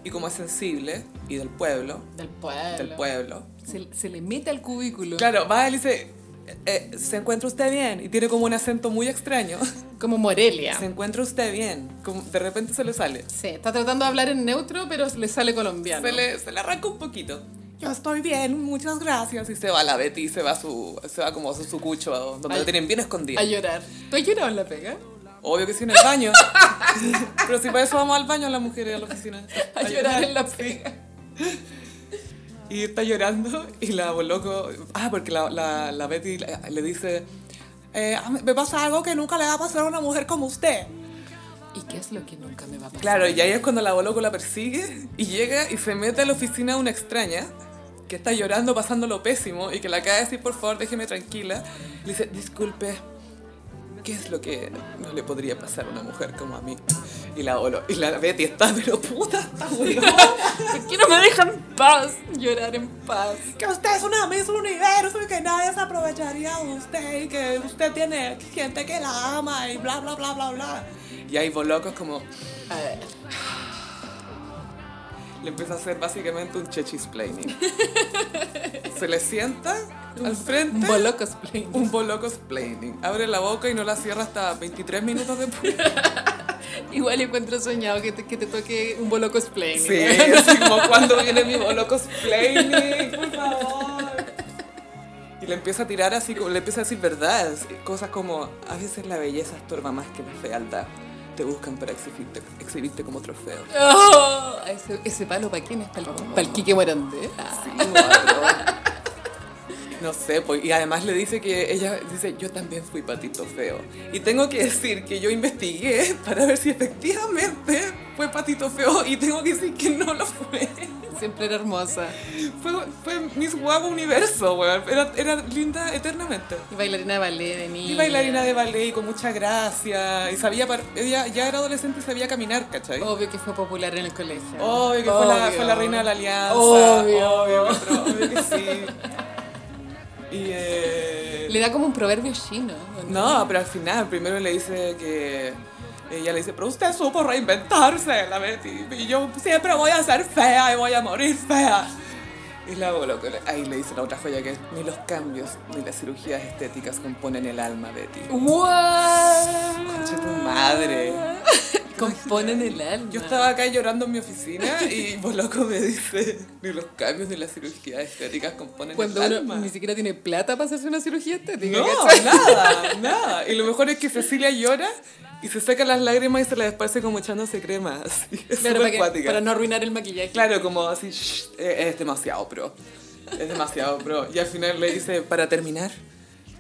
Speaker 1: y como es sensible y del pueblo,
Speaker 2: Del pueblo.
Speaker 1: del pueblo.
Speaker 2: Se, se le mete al cubículo.
Speaker 1: Claro, va él y dice, eh, eh, ¿se encuentra usted bien? Y tiene como un acento muy extraño.
Speaker 2: Como Morelia.
Speaker 1: ¿Se encuentra usted bien? Como de repente se le sale.
Speaker 2: Sí, está tratando de hablar en neutro, pero le sale colombiano.
Speaker 1: Se le, se le arranca un poquito. Yo estoy bien, muchas gracias. Y se va la Betty, y se va, a su, se va como a su sucucho, donde
Speaker 2: Ay.
Speaker 1: lo tienen bien escondido.
Speaker 2: A llorar. ¿Tú has llorado en la pega?
Speaker 1: Obvio que sí en el baño. Pero si para eso vamos al baño las mujeres a la oficina.
Speaker 2: A llorar en la pega.
Speaker 1: Y está llorando y la loco. Ah, porque la, la, la Betty le le dice: eh, a mí Me pasa algo que nunca le va a pasar a una mujer como usted.
Speaker 2: ¿Y qué es lo que nunca me va a pasar?
Speaker 1: Claro, y ahí es cuando la loco la persigue y llega y se mete a la oficina de una extraña que está llorando, pasando lo pésimo y que le acaba de decir: Por favor, déjeme tranquila. Le dice: Disculpe. ¿Qué es lo que no le podría pasar a una mujer como a mí? Y la, Olo- y la Betty está, pero puta, está weón.
Speaker 2: ¿Por qué no me dejan en paz? Llorar en paz.
Speaker 1: Que usted es una Miss Universo y que nadie se aprovecharía de usted y que usted tiene gente que la ama y bla, bla, bla, bla, bla. Y ahí Boloco es como,
Speaker 2: A ver.
Speaker 1: le empieza a hacer básicamente un chechisplaining. se le sienta al frente
Speaker 2: Bolocos Plain.
Speaker 1: un Boloco splaining. Abre la boca y no la cierra hasta 23 minutos después.
Speaker 2: Igual encuentro soñado que te, que te toque un bolocos Plain.
Speaker 1: Sí, así como cuando viene mi Boloco splaining, por favor. Y le empieza a tirar así, como- le empieza a decir verdades, cosas como, a veces la belleza estorba más que la fealdad. Te buscan para exhibirte, exhibirte como trofeo.
Speaker 2: Oh, ese, ese palo para quién es para el, Quique Morandé.
Speaker 1: Sí, guarro. No sé, pues, y además le dice que ella dice, yo también fui patito feo. Y tengo que decir que yo investigué para ver si efectivamente fue patito feo y tengo que decir que no lo fue.
Speaker 2: Siempre era hermosa.
Speaker 1: Fue, fue Miss Guapo Universo, weón. Era, era linda eternamente.
Speaker 2: Y bailarina de ballet de niña.
Speaker 1: Y bailarina de ballet y con mucha gracia. Y sabía, par- ella ya era adolescente y sabía caminar, ¿cachai?
Speaker 2: Obvio que fue popular en el colegio.
Speaker 1: Obvio que fue la,
Speaker 2: Obvio.
Speaker 1: fue la reina de la alianza.
Speaker 2: Obvio.
Speaker 1: Obvio, pero obvio que sí. Y eh,
Speaker 2: Le da como un proverbio chino. ¿o no?
Speaker 1: No, pero al final primero le dice que... Ella le dice, pero usted supo reinventarse, la Betty. Y yo siempre voy a ser fea y voy a morir fea. Y la lo que ahí le dice la otra joya que es, ni los cambios ni las cirugías estéticas componen el alma, Betty.
Speaker 2: ¡What!
Speaker 1: Concha tu madre.
Speaker 2: Componen el alma.
Speaker 1: Yo estaba acá llorando en mi oficina y vos loco me dice, ni los cambios ni las cirugías estéticas componen
Speaker 2: Cuando
Speaker 1: el
Speaker 2: uno
Speaker 1: alma.
Speaker 2: ni siquiera tiene plata para hacerse una cirugía estética.
Speaker 1: No,
Speaker 2: ¿cachai?
Speaker 1: nada, nada. Y lo mejor es que Cecilia llora y se saca las lágrimas y se las esparce como echándose crema. Así. Es súper
Speaker 2: Claro, para, que-
Speaker 1: cuática.
Speaker 2: para no arruinar el maquillaje.
Speaker 1: Claro, como así, "Shh, eh, es demasiado pro. Es demasiado pro. Y al final le dice, para terminar,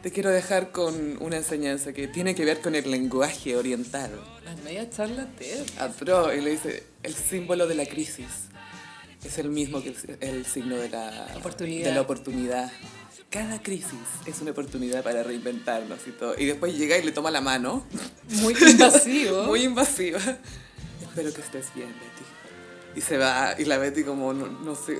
Speaker 1: te Te quiero dejar con una enseñanza que tiene que ver con el lenguaje oriental.
Speaker 2: A media charla te
Speaker 1: A Pro, y le dice, el símbolo de la crisis es el mismo que el, el signo de la
Speaker 2: Oportunidad.
Speaker 1: De la oportunidad. Cada crisis es una oportunidad para reinventarnos y todo. Y después llega y le toma la mano,
Speaker 2: Muy invasivo.
Speaker 1: muy invasiva. Espero que estés bien, Betty. Y se va, y la Betty como, no, no sé,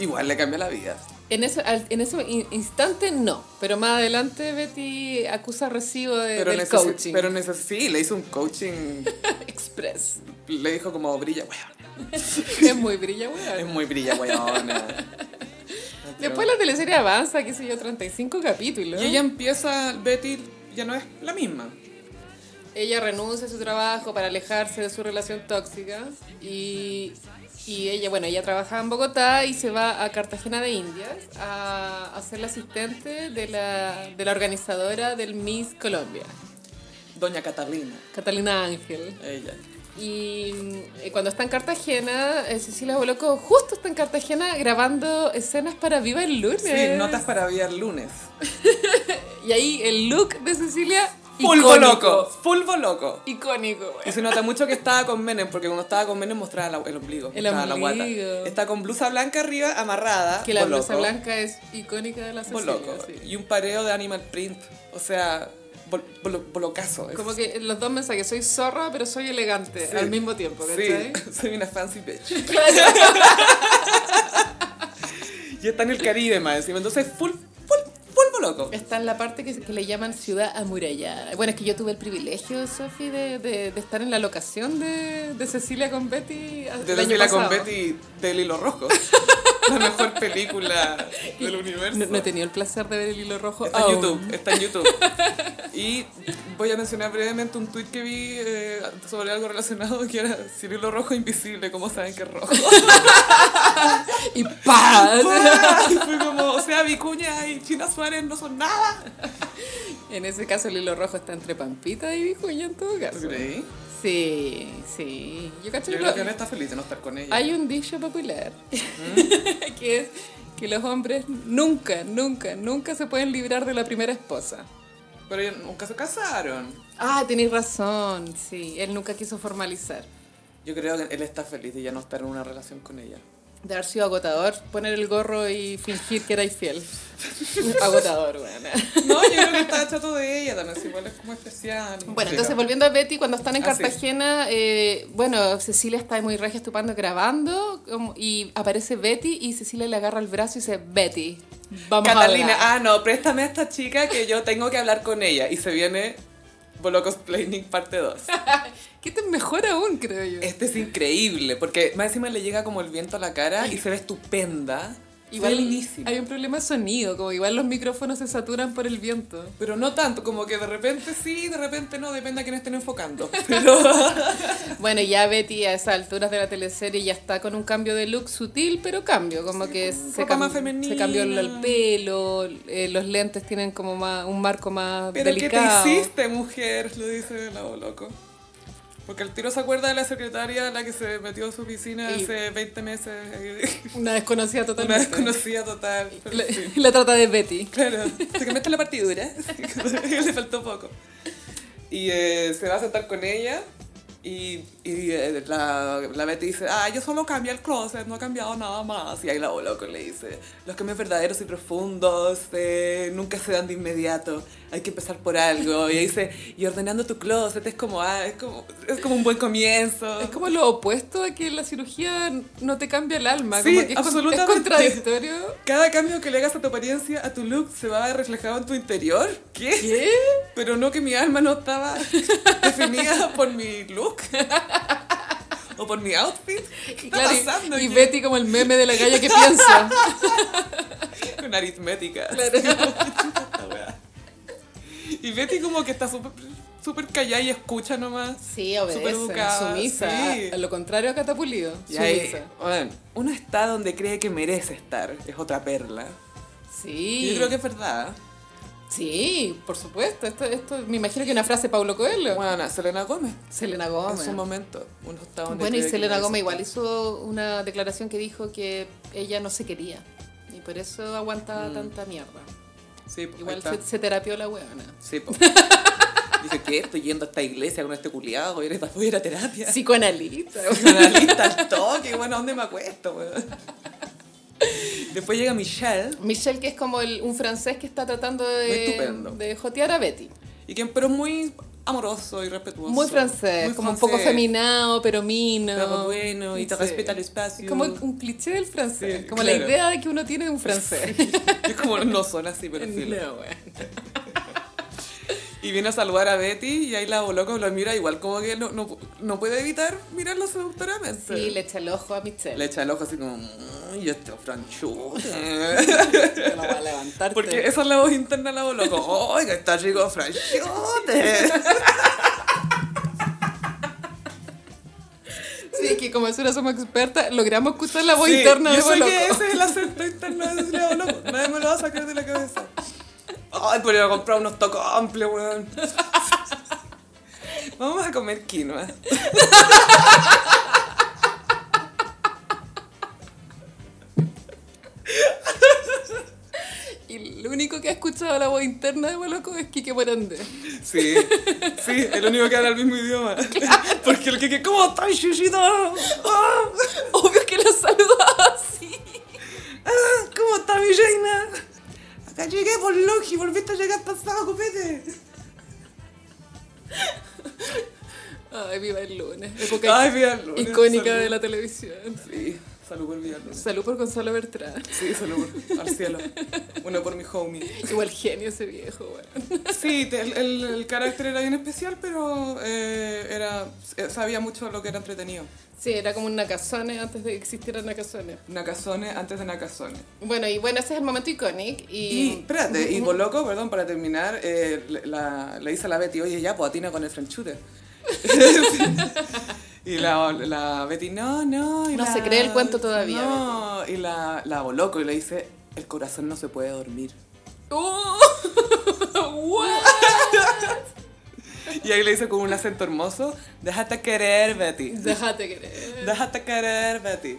Speaker 1: igual le cambia la vida.
Speaker 2: En ese, al- en ese in- instante no, pero más adelante Betty acusa recibo de,
Speaker 1: Pero,
Speaker 2: Eh, del
Speaker 1: necesi-
Speaker 2: coaching.
Speaker 1: pero necesi- sí, le hizo un coaching,
Speaker 2: Express.
Speaker 1: le dijo como, brilla, weón.
Speaker 2: Es muy brilla, weón.
Speaker 1: Es muy brilla, weona.
Speaker 2: Después la teleserie avanza, qué sé yo, 35 capítulos.
Speaker 1: Y ella empieza, Betty ya no es la misma.
Speaker 2: Ella renuncia a su trabajo para alejarse de su relación tóxica y, y ella, bueno, ella trabaja en Bogotá y se va a Cartagena de Indias a, a ser la asistente de la, de la organizadora del Miss Colombia,
Speaker 1: Doña Catalina,
Speaker 2: Catalina Ángel.
Speaker 1: ella.
Speaker 2: Y mm, eh, cuando está en Cartagena, eh, Cecilia Boloco justo está en Cartagena grabando escenas para Viva el Lunes.
Speaker 1: Sí, notas para vía el lunes.
Speaker 2: Y ahí el look de Cecilia,
Speaker 1: Fulvo
Speaker 2: icónico.
Speaker 1: loco, fulvo loco.
Speaker 2: Icónico, güey.
Speaker 1: Y se nota mucho que estaba con Menem, porque cuando estaba con Menem mostraba la- el ombligo,
Speaker 2: El
Speaker 1: mostraba la
Speaker 2: ombligo.
Speaker 1: guata. Está con blusa blanca arriba, amarrada.
Speaker 2: Que la
Speaker 1: boloco,
Speaker 2: blusa blanca es icónica de la Cecilia.
Speaker 1: boloco.
Speaker 2: sí.
Speaker 1: Y un pareo de animal print. O sea, bol- bolo- bolocazo. Es-
Speaker 2: Como que los dos mensajes, soy zorra, pero soy elegante
Speaker 1: Sí.
Speaker 2: al mismo tiempo, ¿cachai?
Speaker 1: Sí, soy una fancy bitch.
Speaker 2: Claro.
Speaker 1: Y está en el Caribe, más encima. Entonces, full, full, full loco.
Speaker 2: Está en la parte que, que le llaman ciudad amurallada. Bueno, es que yo tuve el privilegio, Sofi, de, de- de estar en la locación de, de Cecilia con Betty. a-
Speaker 1: De
Speaker 2: el año
Speaker 1: Cecilia con
Speaker 2: pasado.
Speaker 1: Betty del Hilo Rojo. La mejor película del universo.
Speaker 2: No, no he tenido el placer de ver el hilo rojo.
Speaker 1: Está en
Speaker 2: aún.
Speaker 1: YouTube, está en YouTube. Y voy a mencionar brevemente un tuit que vi eh, sobre algo relacionado que era Cirilo Rojo Invisible, ¿cómo saben que es rojo?
Speaker 2: Y ¡pam!
Speaker 1: Y fue como, o sea, Vicuña y China Suárez no son nada.
Speaker 2: En ese caso, el hilo rojo está entre Pampita y Vicuña en todo caso.
Speaker 1: creí?
Speaker 2: Sí, sí. Yo cacho
Speaker 1: Yo
Speaker 2: que
Speaker 1: creo
Speaker 2: lo-
Speaker 1: que no está feliz de no estar con ella.
Speaker 2: Hay un dicho popular que es que los hombres nunca, nunca, nunca se pueden librar de la primera esposa.
Speaker 1: Pero ellos nunca se casaron.
Speaker 2: Ah, tenéis razón, sí. Él nunca quiso formalizar.
Speaker 1: Yo creo que él está feliz de ya no estar en una relación con ella.
Speaker 2: De haber sido agotador, poner el gorro y fingir que era infiel. agotador, bueno.
Speaker 1: No, yo creo que está chato de ella también, si igual es como especial.
Speaker 2: Bueno,
Speaker 1: Sí,
Speaker 2: entonces
Speaker 1: no. Ah,
Speaker 2: volviendo a Betty, cuando están en
Speaker 1: Así es.
Speaker 2: Cartagena, eh, bueno, Cecilia está muy regia estupando grabando como- y aparece Betty y Cecilia le agarra el brazo y dice, Betty, vamos
Speaker 1: Catalina,
Speaker 2: a
Speaker 1: ah,
Speaker 2: hablar".
Speaker 1: no, préstame a esta chica que yo tengo que hablar con ella. Y se viene Bolocos Planning parte 2. ah.
Speaker 2: ¿Qué te mejor aún, creo yo?
Speaker 1: Este es increíble, porque más encima le llega como el viento a la cara y se ve estupenda. Igual
Speaker 2: Igual
Speaker 1: lindísima.
Speaker 2: hay un problema de sonido, como igual los micrófonos se saturan por el viento.
Speaker 1: Pero no tanto, como que de repente sí, de repente no, depende a quién estén enfocando. Pero
Speaker 2: Bueno, ya Betty a esas alturas de la teleserie ya está con un cambio de look sutil, pero cambio, como que
Speaker 1: con
Speaker 2: se,
Speaker 1: ropa más
Speaker 2: cam-
Speaker 1: femenina.
Speaker 2: se cambió el, el pelo, eh, los lentes tienen como más, un marco más
Speaker 1: ¿Pero
Speaker 2: delicado.
Speaker 1: qué te hiciste, mujer? Lo dice la Boloco. Porque el tiro se acuerda de la secretaria, la que se metió a su piscina
Speaker 2: Y-
Speaker 1: hace 20 meses.
Speaker 2: Una desconocida
Speaker 1: Una
Speaker 2: totalmente.
Speaker 1: desconocida total. pero
Speaker 2: La,
Speaker 1: sí.
Speaker 2: la trata de Betty.
Speaker 1: Claro, te cambiaste la partidura. Le faltó poco. Y eh, se va a sentar con ella. Y, y, eh, la, la Betty dice, ah, yo solo cambié el closet, no ha cambiado nada más. Y ahí la loco le dice, los cambios verdaderos y profundos eh, nunca se dan de inmediato, hay que empezar por algo. Y ahí dice, y ordenando tu closet es como, ah, es como, es como un buen comienzo.
Speaker 2: Es como lo opuesto a que la cirugía no te cambia el alma.
Speaker 1: Sí,
Speaker 2: como que es, con- es
Speaker 1: absolutamente.
Speaker 2: contradictorio.
Speaker 1: Cada cambio que le hagas a tu apariencia, a tu look, se va a ver reflejado en tu interior. ¿Qué?
Speaker 2: ¿Qué?
Speaker 1: Pero no que mi alma no estaba definida por mi look o por mi outfit. ¿Qué está
Speaker 2: Claro, y-
Speaker 1: pasando?
Speaker 2: y
Speaker 1: aquí?
Speaker 2: Betty como el meme de la galla que piensa.
Speaker 1: Con aritmética. Esta weá. Y Betty como que está súper súper callada y escucha nomás.
Speaker 2: Sí,
Speaker 1: Súper educada,
Speaker 2: sumisa.
Speaker 1: sí.
Speaker 2: A lo contrario a Catapulido,
Speaker 1: Y
Speaker 2: sumisa.
Speaker 1: ahí, bueno, uno está donde cree que merece estar. Es otra perla.
Speaker 2: Sí.
Speaker 1: Yo creo que es verdad.
Speaker 2: Sí, por supuesto. Esto, esto me imagino que una frase de Paulo Coelho.
Speaker 1: Bueno, Selena Gómez.
Speaker 2: Selena
Speaker 1: En
Speaker 2: Gómez.
Speaker 1: su momento. Uno está donde
Speaker 2: Bueno, y
Speaker 1: cree que
Speaker 2: Selena
Speaker 1: merece
Speaker 2: Gómez
Speaker 1: estar.
Speaker 2: igual hizo una declaración que dijo que ella no se quería y por eso aguantaba tanta mierda.
Speaker 1: Sí, po, Mm. ahí
Speaker 2: Igual
Speaker 1: está.
Speaker 2: se, se terapió la huevona.
Speaker 1: Sí, po. Dije, ¿qué? Estoy yendo a esta iglesia con este culiado, voy a ir a- voy a ir a terapia.
Speaker 2: Psicoanalista.
Speaker 1: Analista al toque, bueno, ¿a ¿dónde me acuesto? weón? Después llega Michelle,
Speaker 2: Michel, que es como el- un francés que está tratando
Speaker 1: Muy
Speaker 2: de,
Speaker 1: estupendo.
Speaker 2: de jotear a Betty.
Speaker 1: y quien, pero es muy amoroso y respetuoso.
Speaker 2: Muy francés,
Speaker 1: Muy
Speaker 2: como un
Speaker 1: francés,
Speaker 2: poco feminado, pero mino.
Speaker 1: Pero bueno, y te
Speaker 2: Sí.
Speaker 1: respeta el espacio.
Speaker 2: Es como un cliché del francés,
Speaker 1: Sí,
Speaker 2: como la
Speaker 1: claro.
Speaker 2: idea de que uno tiene de un francés.
Speaker 1: Es como no son así, pero sí. lo-
Speaker 2: No, bueno.
Speaker 1: Y viene a saludar a Betty y ahí la loco lo mira igual como que no, no, no puede evitar mirarlo seductoramente.
Speaker 2: Sí, le echa el ojo a Michelle.
Speaker 1: Le echa el ojo así como, "Mm, y este franchute.
Speaker 2: Te la voy a levantarte.
Speaker 1: Porque esa es la voz interna de la voz loco. Oiga, está rico franchute.
Speaker 2: Sí, que como eso somos expertas, logramos escuchar la voz
Speaker 1: Sí,
Speaker 2: interna de
Speaker 1: yo sé
Speaker 2: Boloco.
Speaker 1: que ese es el acento interno de Cecilia Boloco. Nadie me lo va a sacar de la cabeza. Ay, pero iba a comprar unos tocomples, weón. Vamos a comer quinoa.
Speaker 2: Y lo único que ha escuchado la voz interna de Boloco es Quique Morande.
Speaker 1: Sí, sí, el único que habla el mismo idioma. Porque el que, que ¿cómo estás, Chuchito? Ah,
Speaker 2: Obvio que lo saludaba así.
Speaker 1: ah, ¿Cómo está mi reina? Acá llegué por Loki, volviste a llegar pasado, copete.
Speaker 2: Ay, viva el lunes.
Speaker 1: Ah,
Speaker 2: Época
Speaker 1: Ay, míralo.
Speaker 2: icónica
Speaker 1: Salud.
Speaker 2: de la televisión.
Speaker 1: Sí, salud por Villalobos.
Speaker 2: Salud por Gonzalo Bertrán.
Speaker 1: Sí, salud por- al cielo. Uno por mi homie.
Speaker 2: Igual genio ese viejo, weón.
Speaker 1: Sí, te- el, el- el carácter era bien especial, pero eh, era, eh, sabía mucho lo que era entretenido.
Speaker 2: Sí, era como un Nakazone antes de que existiera Nakazone.
Speaker 1: Nakazone antes de Nakazone.
Speaker 2: Bueno, y bueno, ese es el momento icónico.
Speaker 1: Y,
Speaker 2: Y,
Speaker 1: espérate, y Boloco, perdón, para terminar, eh, le- la, le dice a la Betty, oye, ya, pues atina con el franchute. y la, la Betty, no, no. y
Speaker 2: No
Speaker 1: la-
Speaker 2: se cree el cuento todavía,
Speaker 1: No, y la, la Boloco y le dice, el corazón no se puede dormir.
Speaker 2: ¡Uh! ¡What!
Speaker 1: Y ahí le dice con un acento hermoso, déjate querer, Betty.
Speaker 2: Déjate querer.
Speaker 1: Déjate querer, Betty.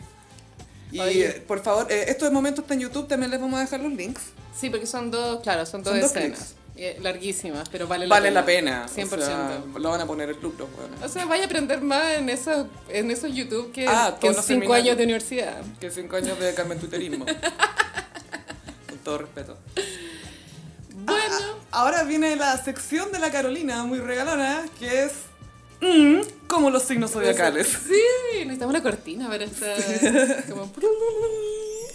Speaker 1: Y
Speaker 2: Oye.
Speaker 1: eh, por favor, eh, estos momentos están en YouTube, también les vamos a dejar los links.
Speaker 2: Sí, porque son dos, claro, son dos
Speaker 1: Son dos
Speaker 2: escenas. Eh, Larguísimas, pero vale la
Speaker 1: Vale
Speaker 2: pena.
Speaker 1: la pena. o
Speaker 2: 100%.
Speaker 1: sea, lo van a poner el club, los weones.
Speaker 2: O sea, vaya a aprender más en esos, en esos YouTube que,
Speaker 1: Ah,
Speaker 2: que en
Speaker 1: todos los
Speaker 2: cinco
Speaker 1: seminarios.
Speaker 2: años de universidad.
Speaker 1: Que cinco años de Carmen Tuiterismo. Con todo respeto.
Speaker 2: Bueno,
Speaker 1: Ah, ahora viene la sección de la Carolina, muy regalona, que es. mm, como los signos zodiacales.
Speaker 2: Sí, necesitamos la cortina para esta. como-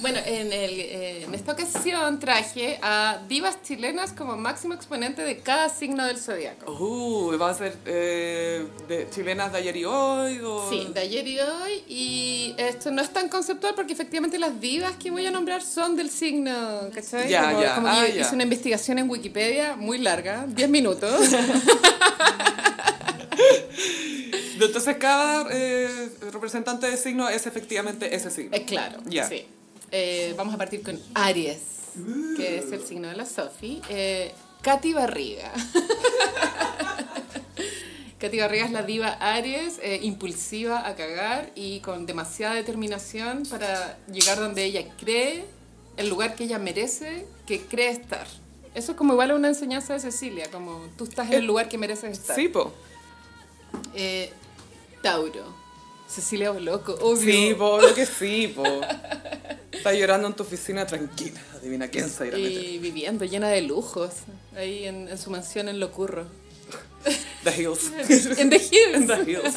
Speaker 2: Bueno, en, el, eh, en esta ocasión traje a divas chilenas como máximo exponente de cada signo del zodiaco.
Speaker 1: Uh, va a ser eh, de chilenas de ayer y hoy. o-
Speaker 2: Sí, de ayer y hoy, y esto no es tan conceptual porque efectivamente las divas que voy a nombrar son del signo, ¿cachai?
Speaker 1: Ya,
Speaker 2: como,
Speaker 1: ya,
Speaker 2: como
Speaker 1: ah,
Speaker 2: que
Speaker 1: ya.
Speaker 2: hice una investigación en Wikipedia muy larga, 10 minutos.
Speaker 1: Entonces cada eh, representante de signo es efectivamente ese signo.
Speaker 2: Eh, claro,
Speaker 1: Ya.
Speaker 2: sí. Eh, vamos a partir con Aries, que es el signo de la Sofi. Eh, Katy Barriga. Katy Barriga es la diva Aries, eh, impulsiva a cagar y con demasiada determinación para llegar donde ella cree, el lugar que ella merece, que cree estar. Eso es como igual a una enseñanza de Cecilia, como tú estás en el
Speaker 1: Eh,
Speaker 2: lugar que mereces estar.
Speaker 1: Sí, po.
Speaker 2: Eh, Tauro. Cecilia Boloco, obvio.
Speaker 1: Sí, po, obvio que sí, po. Está llorando en tu oficina tranquila. Adivina quién se irá a meter.
Speaker 2: Y viviendo llena de lujos, ahí en, en su mansión en Locurro.
Speaker 1: The Hills.
Speaker 2: En The
Speaker 1: En
Speaker 2: Hills.
Speaker 1: The Hills.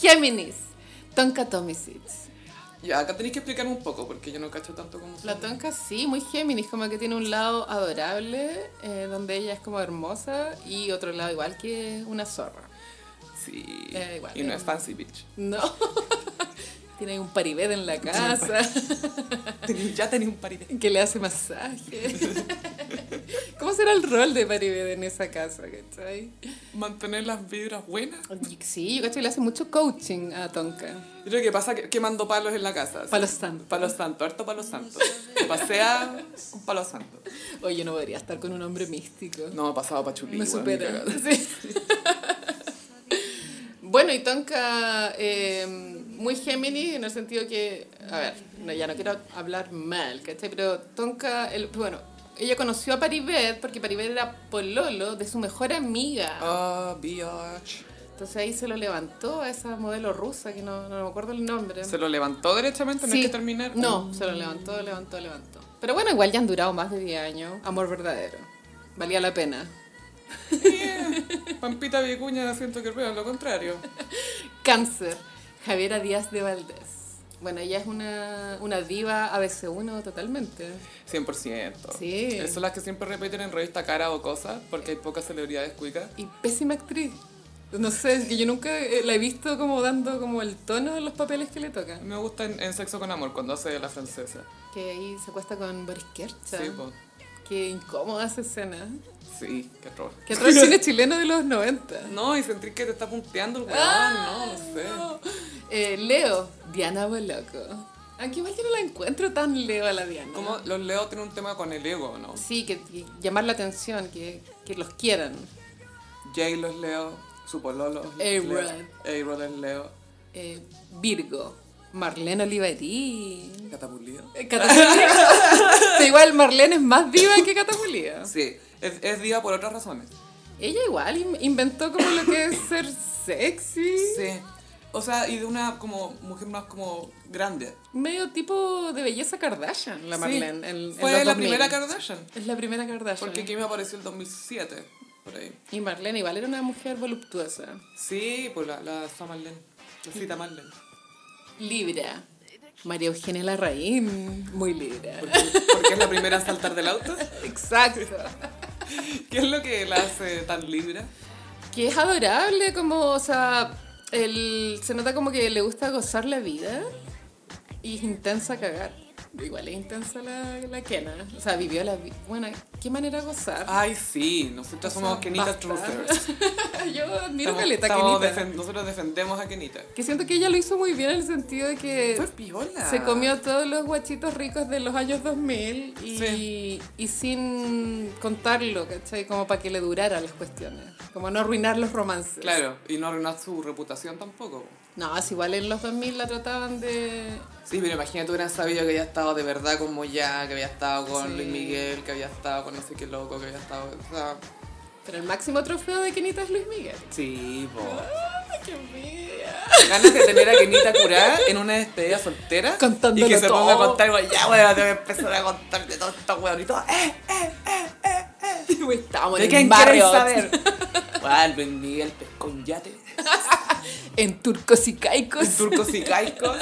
Speaker 2: Géminis. Tonka Tomisic.
Speaker 1: Ya, acá tenéis que explicarme un poco porque yo no cacho tanto como.
Speaker 2: La Tonka sí, muy Géminis, como que tiene un lado adorable, eh, donde ella es como hermosa, y otro lado igual que una zorra.
Speaker 1: Sí.
Speaker 2: Eh, igual,
Speaker 1: y no
Speaker 2: eh.
Speaker 1: es fancy, bitch.
Speaker 2: No. tiene ahí un paribet en la casa,
Speaker 1: Tení- ya tenía un parité.
Speaker 2: que le hace masaje. ¿Cómo será el rol de paribet en esa casa, cachai?
Speaker 1: Mantener las vibras buenas.
Speaker 2: Sí, yo cacho que le hace mucho coaching a Tonka.
Speaker 1: Yo creo que pasa que- quemando palos en la casa. así.
Speaker 2: Palos santos.
Speaker 1: Palos santo, harto palos santo. Pasea un palo santo.
Speaker 2: Oye, yo no podría estar con un hombre místico.
Speaker 1: No, pasado pachulí.
Speaker 2: Me
Speaker 1: weón,
Speaker 2: supera.
Speaker 1: ni cagada.
Speaker 2: Sí. bueno, y Tonka, eh, muy Géminis en el sentido que, a ver, no, ya no quiero hablar mal, ¿cachai? Pero Tonka, el, bueno, ella conoció a Paribet porque Paribet era pololo de su mejor amiga.
Speaker 1: Ah, biatch.
Speaker 2: Entonces ahí se lo levantó a esa modelo rusa que no, no me acuerdo el nombre.
Speaker 1: ¿Se lo levantó directamente? ¿No
Speaker 2: Em, Sí.
Speaker 1: hay que terminar?
Speaker 2: No, se lo levantó, levantó, levantó. Pero bueno, igual ya han durado más de 10 años. Amor verdadero. Valía la pena.
Speaker 1: Eh, Pampita Vicuña siento que rueda lo contrario.
Speaker 2: Cáncer. Javiera Díaz de Valdés. Bueno, ella es una, una diva ABC1 totalmente.
Speaker 1: 100%.
Speaker 2: Sí.
Speaker 1: Esas son las que siempre repiten en revista Cara o Cosa, porque hay pocas celebridades cuicas.
Speaker 2: Y pésima actriz. No sé, es que yo nunca eh, la he visto como dando como el tono de los papeles que le tocan.
Speaker 1: Me gusta en, en Sexo con Amor, cuando hace de la francesa.
Speaker 2: Que ahí se acuesta con Boris Kercha.
Speaker 1: Sí, po.
Speaker 2: Qué incómoda esa escena.
Speaker 1: Sí, qué horror.
Speaker 2: Que atroz cine chileno de los 90.
Speaker 1: No, y sentir que te está punteando el weón,
Speaker 2: Ah.
Speaker 1: no, no sé.
Speaker 2: no. Eh, Leo, Diana Boloco. Aunque igual yo no la encuentro tan Leo a la Diana.
Speaker 1: Como los Leo tienen un tema con el ego, ¿no?
Speaker 2: Sí, que, que llamar la atención, que, que los quieran.
Speaker 1: Jay los Leo, su pololo. los
Speaker 2: A-Rod.
Speaker 1: Leo, A-Rod es Leo.
Speaker 2: Eh, Virgo, Marlene Olivetti.
Speaker 1: Catapulido.
Speaker 2: Eh, Catapulida. Pero igual Marlene es más viva que Catapulida.
Speaker 1: Sí, es, es diva por otras razones.
Speaker 2: Ella igual in- inventó como lo que es ser sexy.
Speaker 1: Sí. O sea, y de una como mujer más como grande.
Speaker 2: Medio tipo de belleza Kardashian, la
Speaker 1: Sí.
Speaker 2: Marlene. en- en
Speaker 1: Fue
Speaker 2: los
Speaker 1: la
Speaker 2: 2000.
Speaker 1: primera Kardashian.
Speaker 2: Es la primera Kardashian.
Speaker 1: Porque Kim apareció en 2007, por ahí.
Speaker 2: Y Marlene igual era una mujer voluptuosa.
Speaker 1: Sí, pues la, la Samarlen. La cita Marlen.
Speaker 2: Libra. María Eugenia Larraín. Muy libra.
Speaker 1: Porque, porque es la primera en saltar del auto.
Speaker 2: Exacto.
Speaker 1: ¿Qué es lo que la hace tan libre?
Speaker 2: Que es adorable, como, o sea, el- se nota como que le gusta gozar la vida y es intensa a cagar. Igual es intensa la, la Kena. O sea, vivió la vida. Bueno, ¿qué manera de gozar?
Speaker 1: Ay, sí, nosotros somos
Speaker 2: Esa
Speaker 1: Kenita
Speaker 2: basta.
Speaker 1: Truthers.
Speaker 2: Yo admiro
Speaker 1: Ah, Estamos-
Speaker 2: caleta a
Speaker 1: estamos
Speaker 2: Kenita.
Speaker 1: defen- nosotros defendemos a Kenita.
Speaker 2: Que siento que ella lo hizo muy bien en el sentido de que
Speaker 1: Fue piola.
Speaker 2: Se comió todos los guachitos ricos de los años 2000 y,
Speaker 1: Sí.
Speaker 2: y sin contarlo, ¿cachai? Como para que le duraran las cuestiones. Como no arruinar los romances.
Speaker 1: Claro, y no arruinó su reputación tampoco.
Speaker 2: No, es igual en los 2000 la trataban de...
Speaker 1: Sí, pero imagínate hubieran sabido que había estado de verdad con Moyá, que había estado con
Speaker 2: Sí.
Speaker 1: Luis Miguel, que había estado con no sé qué loco, que había estado... O sea,
Speaker 2: Pero el máximo trofeo de Kenita es Luis Miguel.
Speaker 1: sí, po.
Speaker 2: ¡Ay, qué envidia!
Speaker 1: Ganas de tener a Kenita curada en una despedida soltera.
Speaker 2: Contándolo
Speaker 1: Y que se ponga
Speaker 2: todo.
Speaker 1: a contar, weón, ya, weón, te voy a empezar a contar de todo esto, weón, y todo, eh,
Speaker 2: Estamos
Speaker 1: ¿De
Speaker 2: en
Speaker 1: quién quieren
Speaker 2: Marriott,
Speaker 1: saber? Bueno, Luis Miguel pescó un yate.
Speaker 2: en turcos y caicos.
Speaker 1: Turcos y caicos.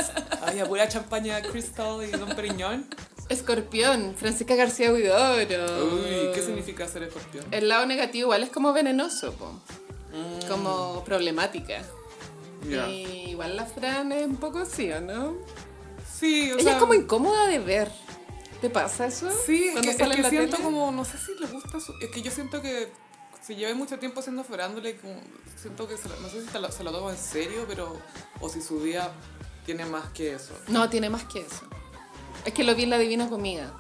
Speaker 1: Había pura champaña Crystal y Don Periñón.
Speaker 2: Escorpión, Francisca García Huidoro.
Speaker 1: Uy, ¿qué significa ser escorpión?
Speaker 2: El lado negativo igual es como venenoso, po. como problemática.
Speaker 1: Mm. Ya.
Speaker 2: Y igual la Fran es un poco así, ¿o no?
Speaker 1: Sí, o
Speaker 2: Ella
Speaker 1: sea,
Speaker 2: es como incómoda de ver. ¿Te pasa eso?
Speaker 1: Sí, es que,
Speaker 2: Cuando
Speaker 1: es
Speaker 2: sale en
Speaker 1: que
Speaker 2: la
Speaker 1: siento
Speaker 2: tele.
Speaker 1: como, no sé si le gusta su- Es que yo siento que si lleve mucho tiempo haciendo farándula y como, siento que, se la- no sé si se la- se lo toma en serio, pero... O si su día tiene más que eso.
Speaker 2: No, tiene más que eso. Es que lo vi en La Divina Comida.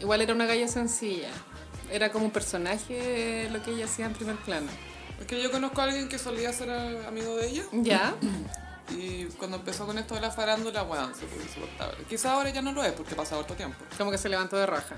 Speaker 2: Igual era una galla sencilla. Era como un personaje eh, lo que ella hacía en primer plano.
Speaker 1: Es que yo conozco a alguien que solía ser eh, amigo de ella
Speaker 2: ¿Ya?
Speaker 1: y cuando empezó con esto de la farándula, bueno, se puso insoportable. Quizá ahora ya no lo es porque ha pasado otro tiempo.
Speaker 2: Como que se levantó de raja.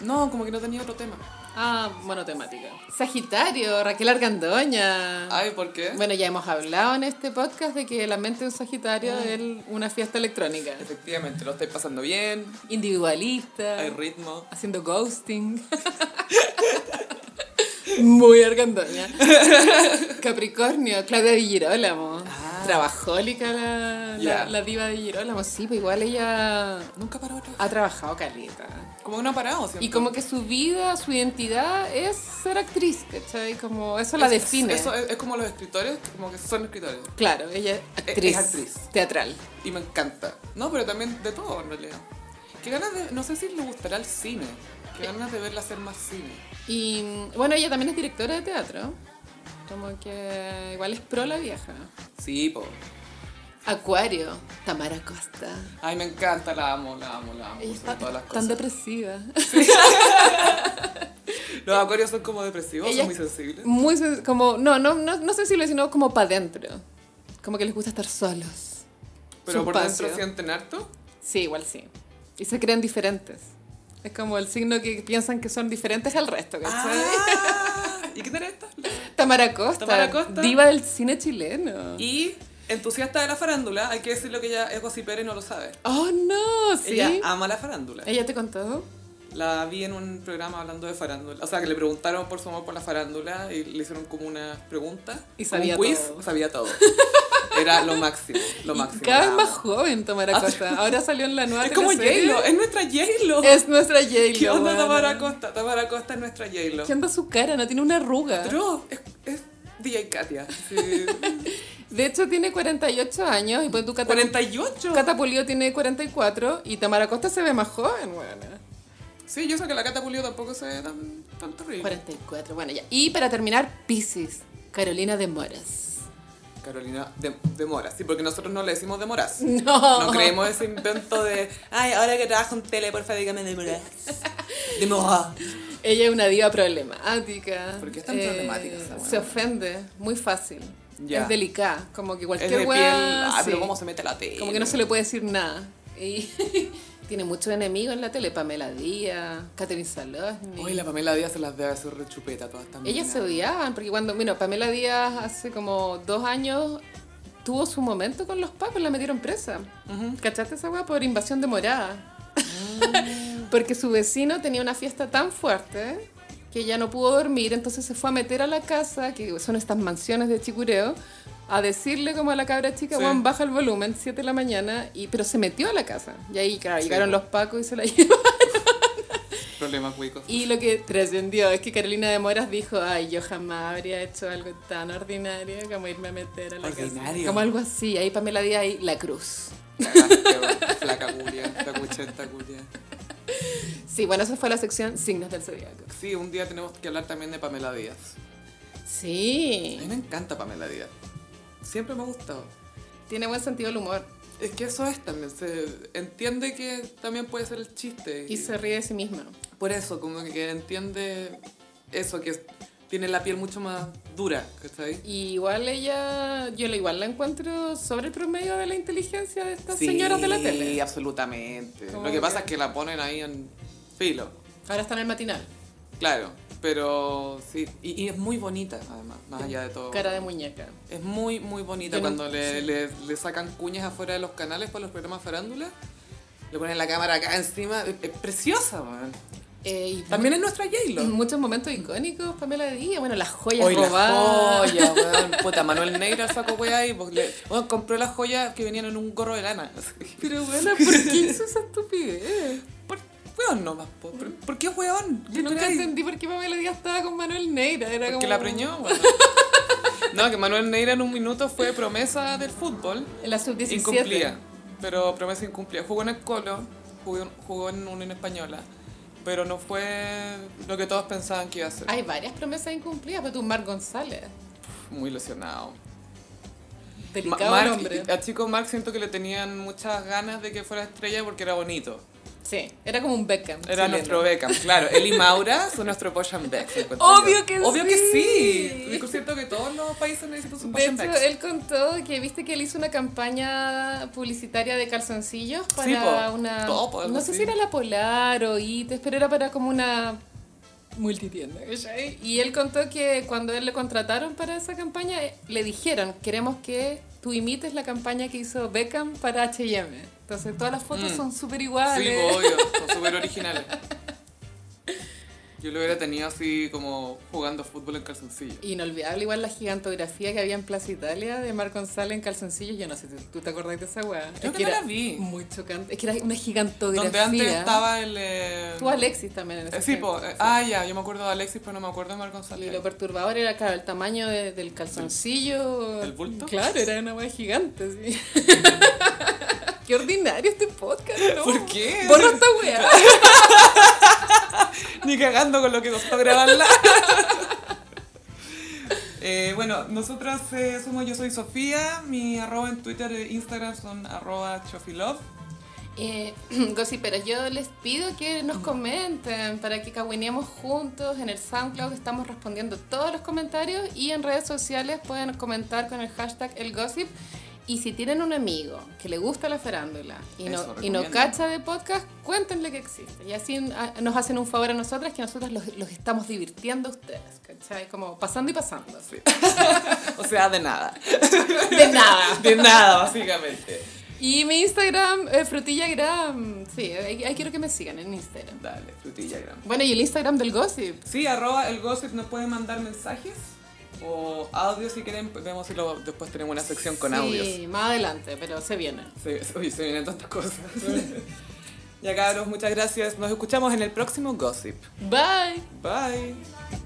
Speaker 1: No, como que no tenía otro tema.
Speaker 2: Ah, monotemática. Sagitario, Raquel Argandoña.
Speaker 1: Ay, ¿por qué?
Speaker 2: Bueno, ya hemos hablado en este podcast de que la mente de un Sagitario es el- una fiesta electrónica.
Speaker 1: Efectivamente, lo estáis pasando bien,
Speaker 2: Individualista.
Speaker 1: hay ritmo.
Speaker 2: haciendo ghosting. Muy argandoña. Capricornio, Claudia Di Girolamo.
Speaker 1: Ah.
Speaker 2: Trabajólica la, la-
Speaker 1: Ya.
Speaker 2: la diva de Girolamo. Sí, pero igual ella
Speaker 1: Nunca paró otra.
Speaker 2: ha trabajado caleta.
Speaker 1: Como que no ha parado, siempre.
Speaker 2: Y como que su vida, su identidad es ser actriz, ¿cachai? Como eso la
Speaker 1: Es-
Speaker 2: define.
Speaker 1: Eso es, es como los escritores, como que son escritores.
Speaker 2: Claro, ella es actriz,
Speaker 1: actriz.
Speaker 2: teatral.
Speaker 1: Y me encanta. No, pero también de todo, en realidad. Qué ganas de... No sé si le gustará el cine.
Speaker 2: Eh.
Speaker 1: Qué ganas de verla hacer más cine.
Speaker 2: Y bueno, ella también es directora de teatro. Como que igual es pro la vieja.
Speaker 1: Sí, po.
Speaker 2: Acuario, Tamara Costa.
Speaker 1: Ay, me encanta, la amo, la amo, la amo.
Speaker 2: Ella
Speaker 1: sobre
Speaker 2: está
Speaker 1: todas las
Speaker 2: tan
Speaker 1: cosas.
Speaker 2: depresiva.
Speaker 1: Los acuarios son como depresivos,
Speaker 2: Ella-
Speaker 1: son muy sensibles.
Speaker 2: Muy sen- como, no, no, no, no sensible, sino como para adentro. Como que les gusta estar solos.
Speaker 1: Pero
Speaker 2: su
Speaker 1: por
Speaker 2: espacio.
Speaker 1: dentro sienten harto.
Speaker 2: Sí, igual sí. Y se creen diferentes. Es como el signo que piensan que son diferentes al resto, ¿cachai?
Speaker 1: Ah, ¿Y qué tal esta?
Speaker 2: Tamara, Costa,
Speaker 1: Tamara Costa.
Speaker 2: diva del cine chileno.
Speaker 1: Y entusiasta de la farándula, hay que decir lo que ella es gossipera y no lo sabe.
Speaker 2: Oh, no, sí.
Speaker 1: Ella ah,
Speaker 2: Ella,
Speaker 1: ama la farándula.
Speaker 2: te contó.
Speaker 1: La vi en un programa hablando de farándula. O sea, que le preguntaron por su amor por la farándula y le hicieron como una pregunta.
Speaker 2: Y
Speaker 1: como
Speaker 2: sabía
Speaker 1: un quiz,
Speaker 2: todo.
Speaker 1: Sabía todo. Era lo máximo, lo
Speaker 2: Y
Speaker 1: máximo.
Speaker 2: cada
Speaker 1: la
Speaker 2: vez
Speaker 1: amo.
Speaker 2: más joven Tamara
Speaker 1: Ah,
Speaker 2: Costa. Ahora salió en la nueva
Speaker 1: Es como
Speaker 2: teleserie.
Speaker 1: J-Lo, es nuestra J-Lo.
Speaker 2: Es nuestra J-Lo.
Speaker 1: ¿Qué onda
Speaker 2: weona.
Speaker 1: Tamara Costa? Tamara Costa es nuestra J-Lo.
Speaker 2: ¿Qué onda su cara? No tiene una arruga.
Speaker 1: Pero es, es DJ Katia. Sí.
Speaker 2: De hecho, tiene 48 años y pues tu Cata,
Speaker 1: 48.
Speaker 2: Catapulio tiene 44 y Tamara Costa se ve más joven, bueno.
Speaker 1: Sí, yo sé que la Cata Pulido tampoco se ve tan, tan terrible.
Speaker 2: 44, bueno, ya. Y para terminar, Pisces, Carolina de Moras.
Speaker 1: Carolina de, de Moras. Sí, porque nosotros no le decimos de Moras.
Speaker 2: No.
Speaker 1: No creemos ese invento de, ay, ahora que trabajo en tele, porfa, dígame de Moras. De Moras.
Speaker 2: Ella es una diva problemática. Eh,
Speaker 1: ¿Por qué es tan problemática esa
Speaker 2: Se
Speaker 1: weona?
Speaker 2: ofende muy fácil.
Speaker 1: Ya.
Speaker 2: Es delicada, como que
Speaker 1: Es
Speaker 2: cualquier
Speaker 1: de piel.
Speaker 2: weá,
Speaker 1: Ah, pero
Speaker 2: sí.
Speaker 1: cómo se mete la tele.
Speaker 2: Como que no se le puede decir nada. Y tiene muchos enemigos en la tele, Pamela Díaz, Catherine Salosny.
Speaker 1: Oye, la Pamela Díaz se las debe hacer rechupeta todas también.
Speaker 2: Ellas se odiaban, porque cuando, mira, Pamela Díaz hace como dos años tuvo su momento con los pacos, la metieron presa. ¿Cachaste esa weá? Por invasión de morada. porque su vecino tenía una fiesta tan fuerte que ella no pudo dormir, entonces se fue a meter a la casa, que son estas mansiones de Chicureo, a decirle como a la cabra chica,
Speaker 1: Sí.
Speaker 2: Juan, baja el volumen, 7 de la mañana, y, pero se metió a la casa. Y ahí, claro,
Speaker 1: Sí.
Speaker 2: llegaron los pacos y se la llevaron.
Speaker 1: Problemas cuicos.
Speaker 2: Y lo que trascendió es que Carolina de Moras dijo, ay, yo jamás habría hecho algo tan ordinario como irme a meter a la casa".
Speaker 1: Ordinario.
Speaker 2: Como algo así, ahí Pamela Díaz ahí, la cruz.
Speaker 1: Cagaste, Flaca culia, la cuchenta culia.
Speaker 2: Sí, bueno, esa fue la sección signos del zodiaco.
Speaker 1: Sí, un día tenemos que hablar también de Pamela Díaz. A mí
Speaker 2: Sí,
Speaker 1: me encanta Pamela Díaz. Siempre me ha gustado.
Speaker 2: tiene buen sentido el humor
Speaker 1: Es que eso es también, se entiende que también puede ser el chiste.
Speaker 2: y se ríe de sí misma.
Speaker 1: Por eso, como que entiende eso, que es- tiene la piel mucho más dura, ¿cachai?
Speaker 2: Y igual ella, yo la- igual la encuentro sobre el promedio de la inteligencia de estas señoras de la
Speaker 1: Sí,
Speaker 2: tele.
Speaker 1: absolutamente.
Speaker 2: Como
Speaker 1: Lo que pasa
Speaker 2: que-
Speaker 1: es que la ponen ahí en filo,
Speaker 2: Ahora está en el matinal,
Speaker 1: claro. Pero sí, y, y es muy bonita, además, más allá de todo.
Speaker 2: cara de muñeca.
Speaker 1: Es muy, muy bonita
Speaker 2: Yo no-
Speaker 1: cuando le, le- le sacan cuñas afuera de los canales para los programas farándula. Le ponen la cámara acá encima. Es, es preciosa, man.
Speaker 2: Eh, y
Speaker 1: También es nuestra
Speaker 2: en
Speaker 1: J-Lo.
Speaker 2: muchos momentos icónicos, Pamela Díaz, bueno, las joyas
Speaker 1: Hoy la
Speaker 2: robadas.
Speaker 1: joya, weón. Puta, Manuel Neira sacó weá y pues, le- weón, compró las joyas que venían en un gorro de lana.
Speaker 2: Pero bueno, ¿por qué hizo esa estupidez?
Speaker 1: ¿Por, weón nomás, po. ¿Por, por qué weón? ¿Qué
Speaker 2: Yo nunca
Speaker 1: crees?
Speaker 2: entendí por qué Pamela Díaz estaba con Manuel Neira. Era
Speaker 1: Porque
Speaker 2: como...
Speaker 1: la preñó, weón. No, que Manuel Neira en un minuto fue promesa del fútbol.
Speaker 2: En la sub-17.
Speaker 1: Incumplía, pero promesa incumplía. Jugó en el Colo, jugó, jugó en Unión Española, pero no fue lo que todos pensaban que iba a ser.
Speaker 2: Hay varias promesas incumplidas, pero tú, Mar González.
Speaker 1: Muy lesionado. Ma-
Speaker 2: Delicado
Speaker 1: Marc-
Speaker 2: hombre.
Speaker 1: a chico Mark siento que le tenían muchas ganas de que fuera estrella porque era bonito.
Speaker 2: Sí, era como un Beckham.
Speaker 1: Era
Speaker 2: chileno.
Speaker 1: nuestro Beckham, claro. Él y Maura son nuestro Posh and Beck. encuentro
Speaker 2: Obvio
Speaker 1: yo.
Speaker 2: que
Speaker 1: Obvio que sí.
Speaker 2: sí.
Speaker 1: Yo siento que todos los países necesitan su
Speaker 2: De
Speaker 1: Posh and
Speaker 2: hecho,
Speaker 1: Becks.
Speaker 2: él contó que viste que él hizo una campaña publicitaria de calzoncillos para
Speaker 1: po.
Speaker 2: una.
Speaker 1: Topo, algo
Speaker 2: no sé
Speaker 1: así.
Speaker 2: si era la Polar o ITES, pero era para como una multitienda. ¿cachai? Y él contó que cuando él le contrataron para esa campaña, eh, le dijeron: Queremos que tú imites la campaña que hizo Beckham para HM. Entonces, todas las fotos
Speaker 1: Mm.
Speaker 2: son súper
Speaker 1: Sí,
Speaker 2: iguales.
Speaker 1: pues, obvio, son súper originales. Yo lo hubiera tenido así como jugando fútbol en calzoncillo.
Speaker 2: Inolvidable, igual la gigantografía que había en Plaza Italia de Marc González en calzoncillos. Yo no sé, ¿tú te acordás de esa weá?
Speaker 1: Creo
Speaker 2: Es
Speaker 1: que no
Speaker 2: era
Speaker 1: la vi.
Speaker 2: Muy chocante. Es que era una gigantografía.
Speaker 1: Donde antes estaba el... eh,
Speaker 2: Tú, Alexis, también en ese
Speaker 1: eh, sí,
Speaker 2: tiempo.
Speaker 1: pues, eh, ah, ya, yo me acuerdo de Alexis, pero no me acuerdo de Marco
Speaker 2: Y
Speaker 1: González.
Speaker 2: lo perturbador era, claro, el tamaño de- del calzoncillo.
Speaker 1: ¿Del bulto?
Speaker 2: Claro, era una weá gigante, sí. Qué ordinario este podcast, ¿no?
Speaker 1: ¿Por qué?
Speaker 2: Borra esta weá.
Speaker 1: Ni cagando con lo que costó grabarla. Eh, bueno, nosotras eh, somos yo soy Sofía, mi arroba en Twitter e Instagram son arroba chofilove.
Speaker 2: Eh, gossiperos, yo les pido que nos comenten para que cagüineemos juntos. En el SoundCloud estamos respondiendo todos los comentarios y en redes sociales pueden comentar con el hashtag el gossip. Y si tienen un amigo que le gusta la farándula y no,
Speaker 1: Eso,
Speaker 2: y no
Speaker 1: recomienden.
Speaker 2: cacha de podcast, cuéntenle que existe. Y así ah, nos hacen un favor a nosotras que nosotros los, los estamos divirtiendo a ustedes, ¿cachai? Como pasando y pasando.
Speaker 1: O sea, de nada.
Speaker 2: De nada.
Speaker 1: De nada, básicamente.
Speaker 2: Y mi Instagram, eh, frutillagram. Sí, ahí, ahí quiero que me sigan en Instagram.
Speaker 1: Dale, frutilla grande.
Speaker 2: Bueno, y el Instagram del gossip.
Speaker 1: Sí, arroba el gossip nos pueden mandar mensajes o audios si quieren. pues, Vemos si lo- después tenemos una sección con
Speaker 2: sí,
Speaker 1: audios.
Speaker 2: más adelante, pero se viene.
Speaker 1: Se, se- uy, se vienen tantas cosas. ya cabros, muchas gracias. Nos escuchamos en el próximo gossip.
Speaker 2: Bye.
Speaker 1: Bye.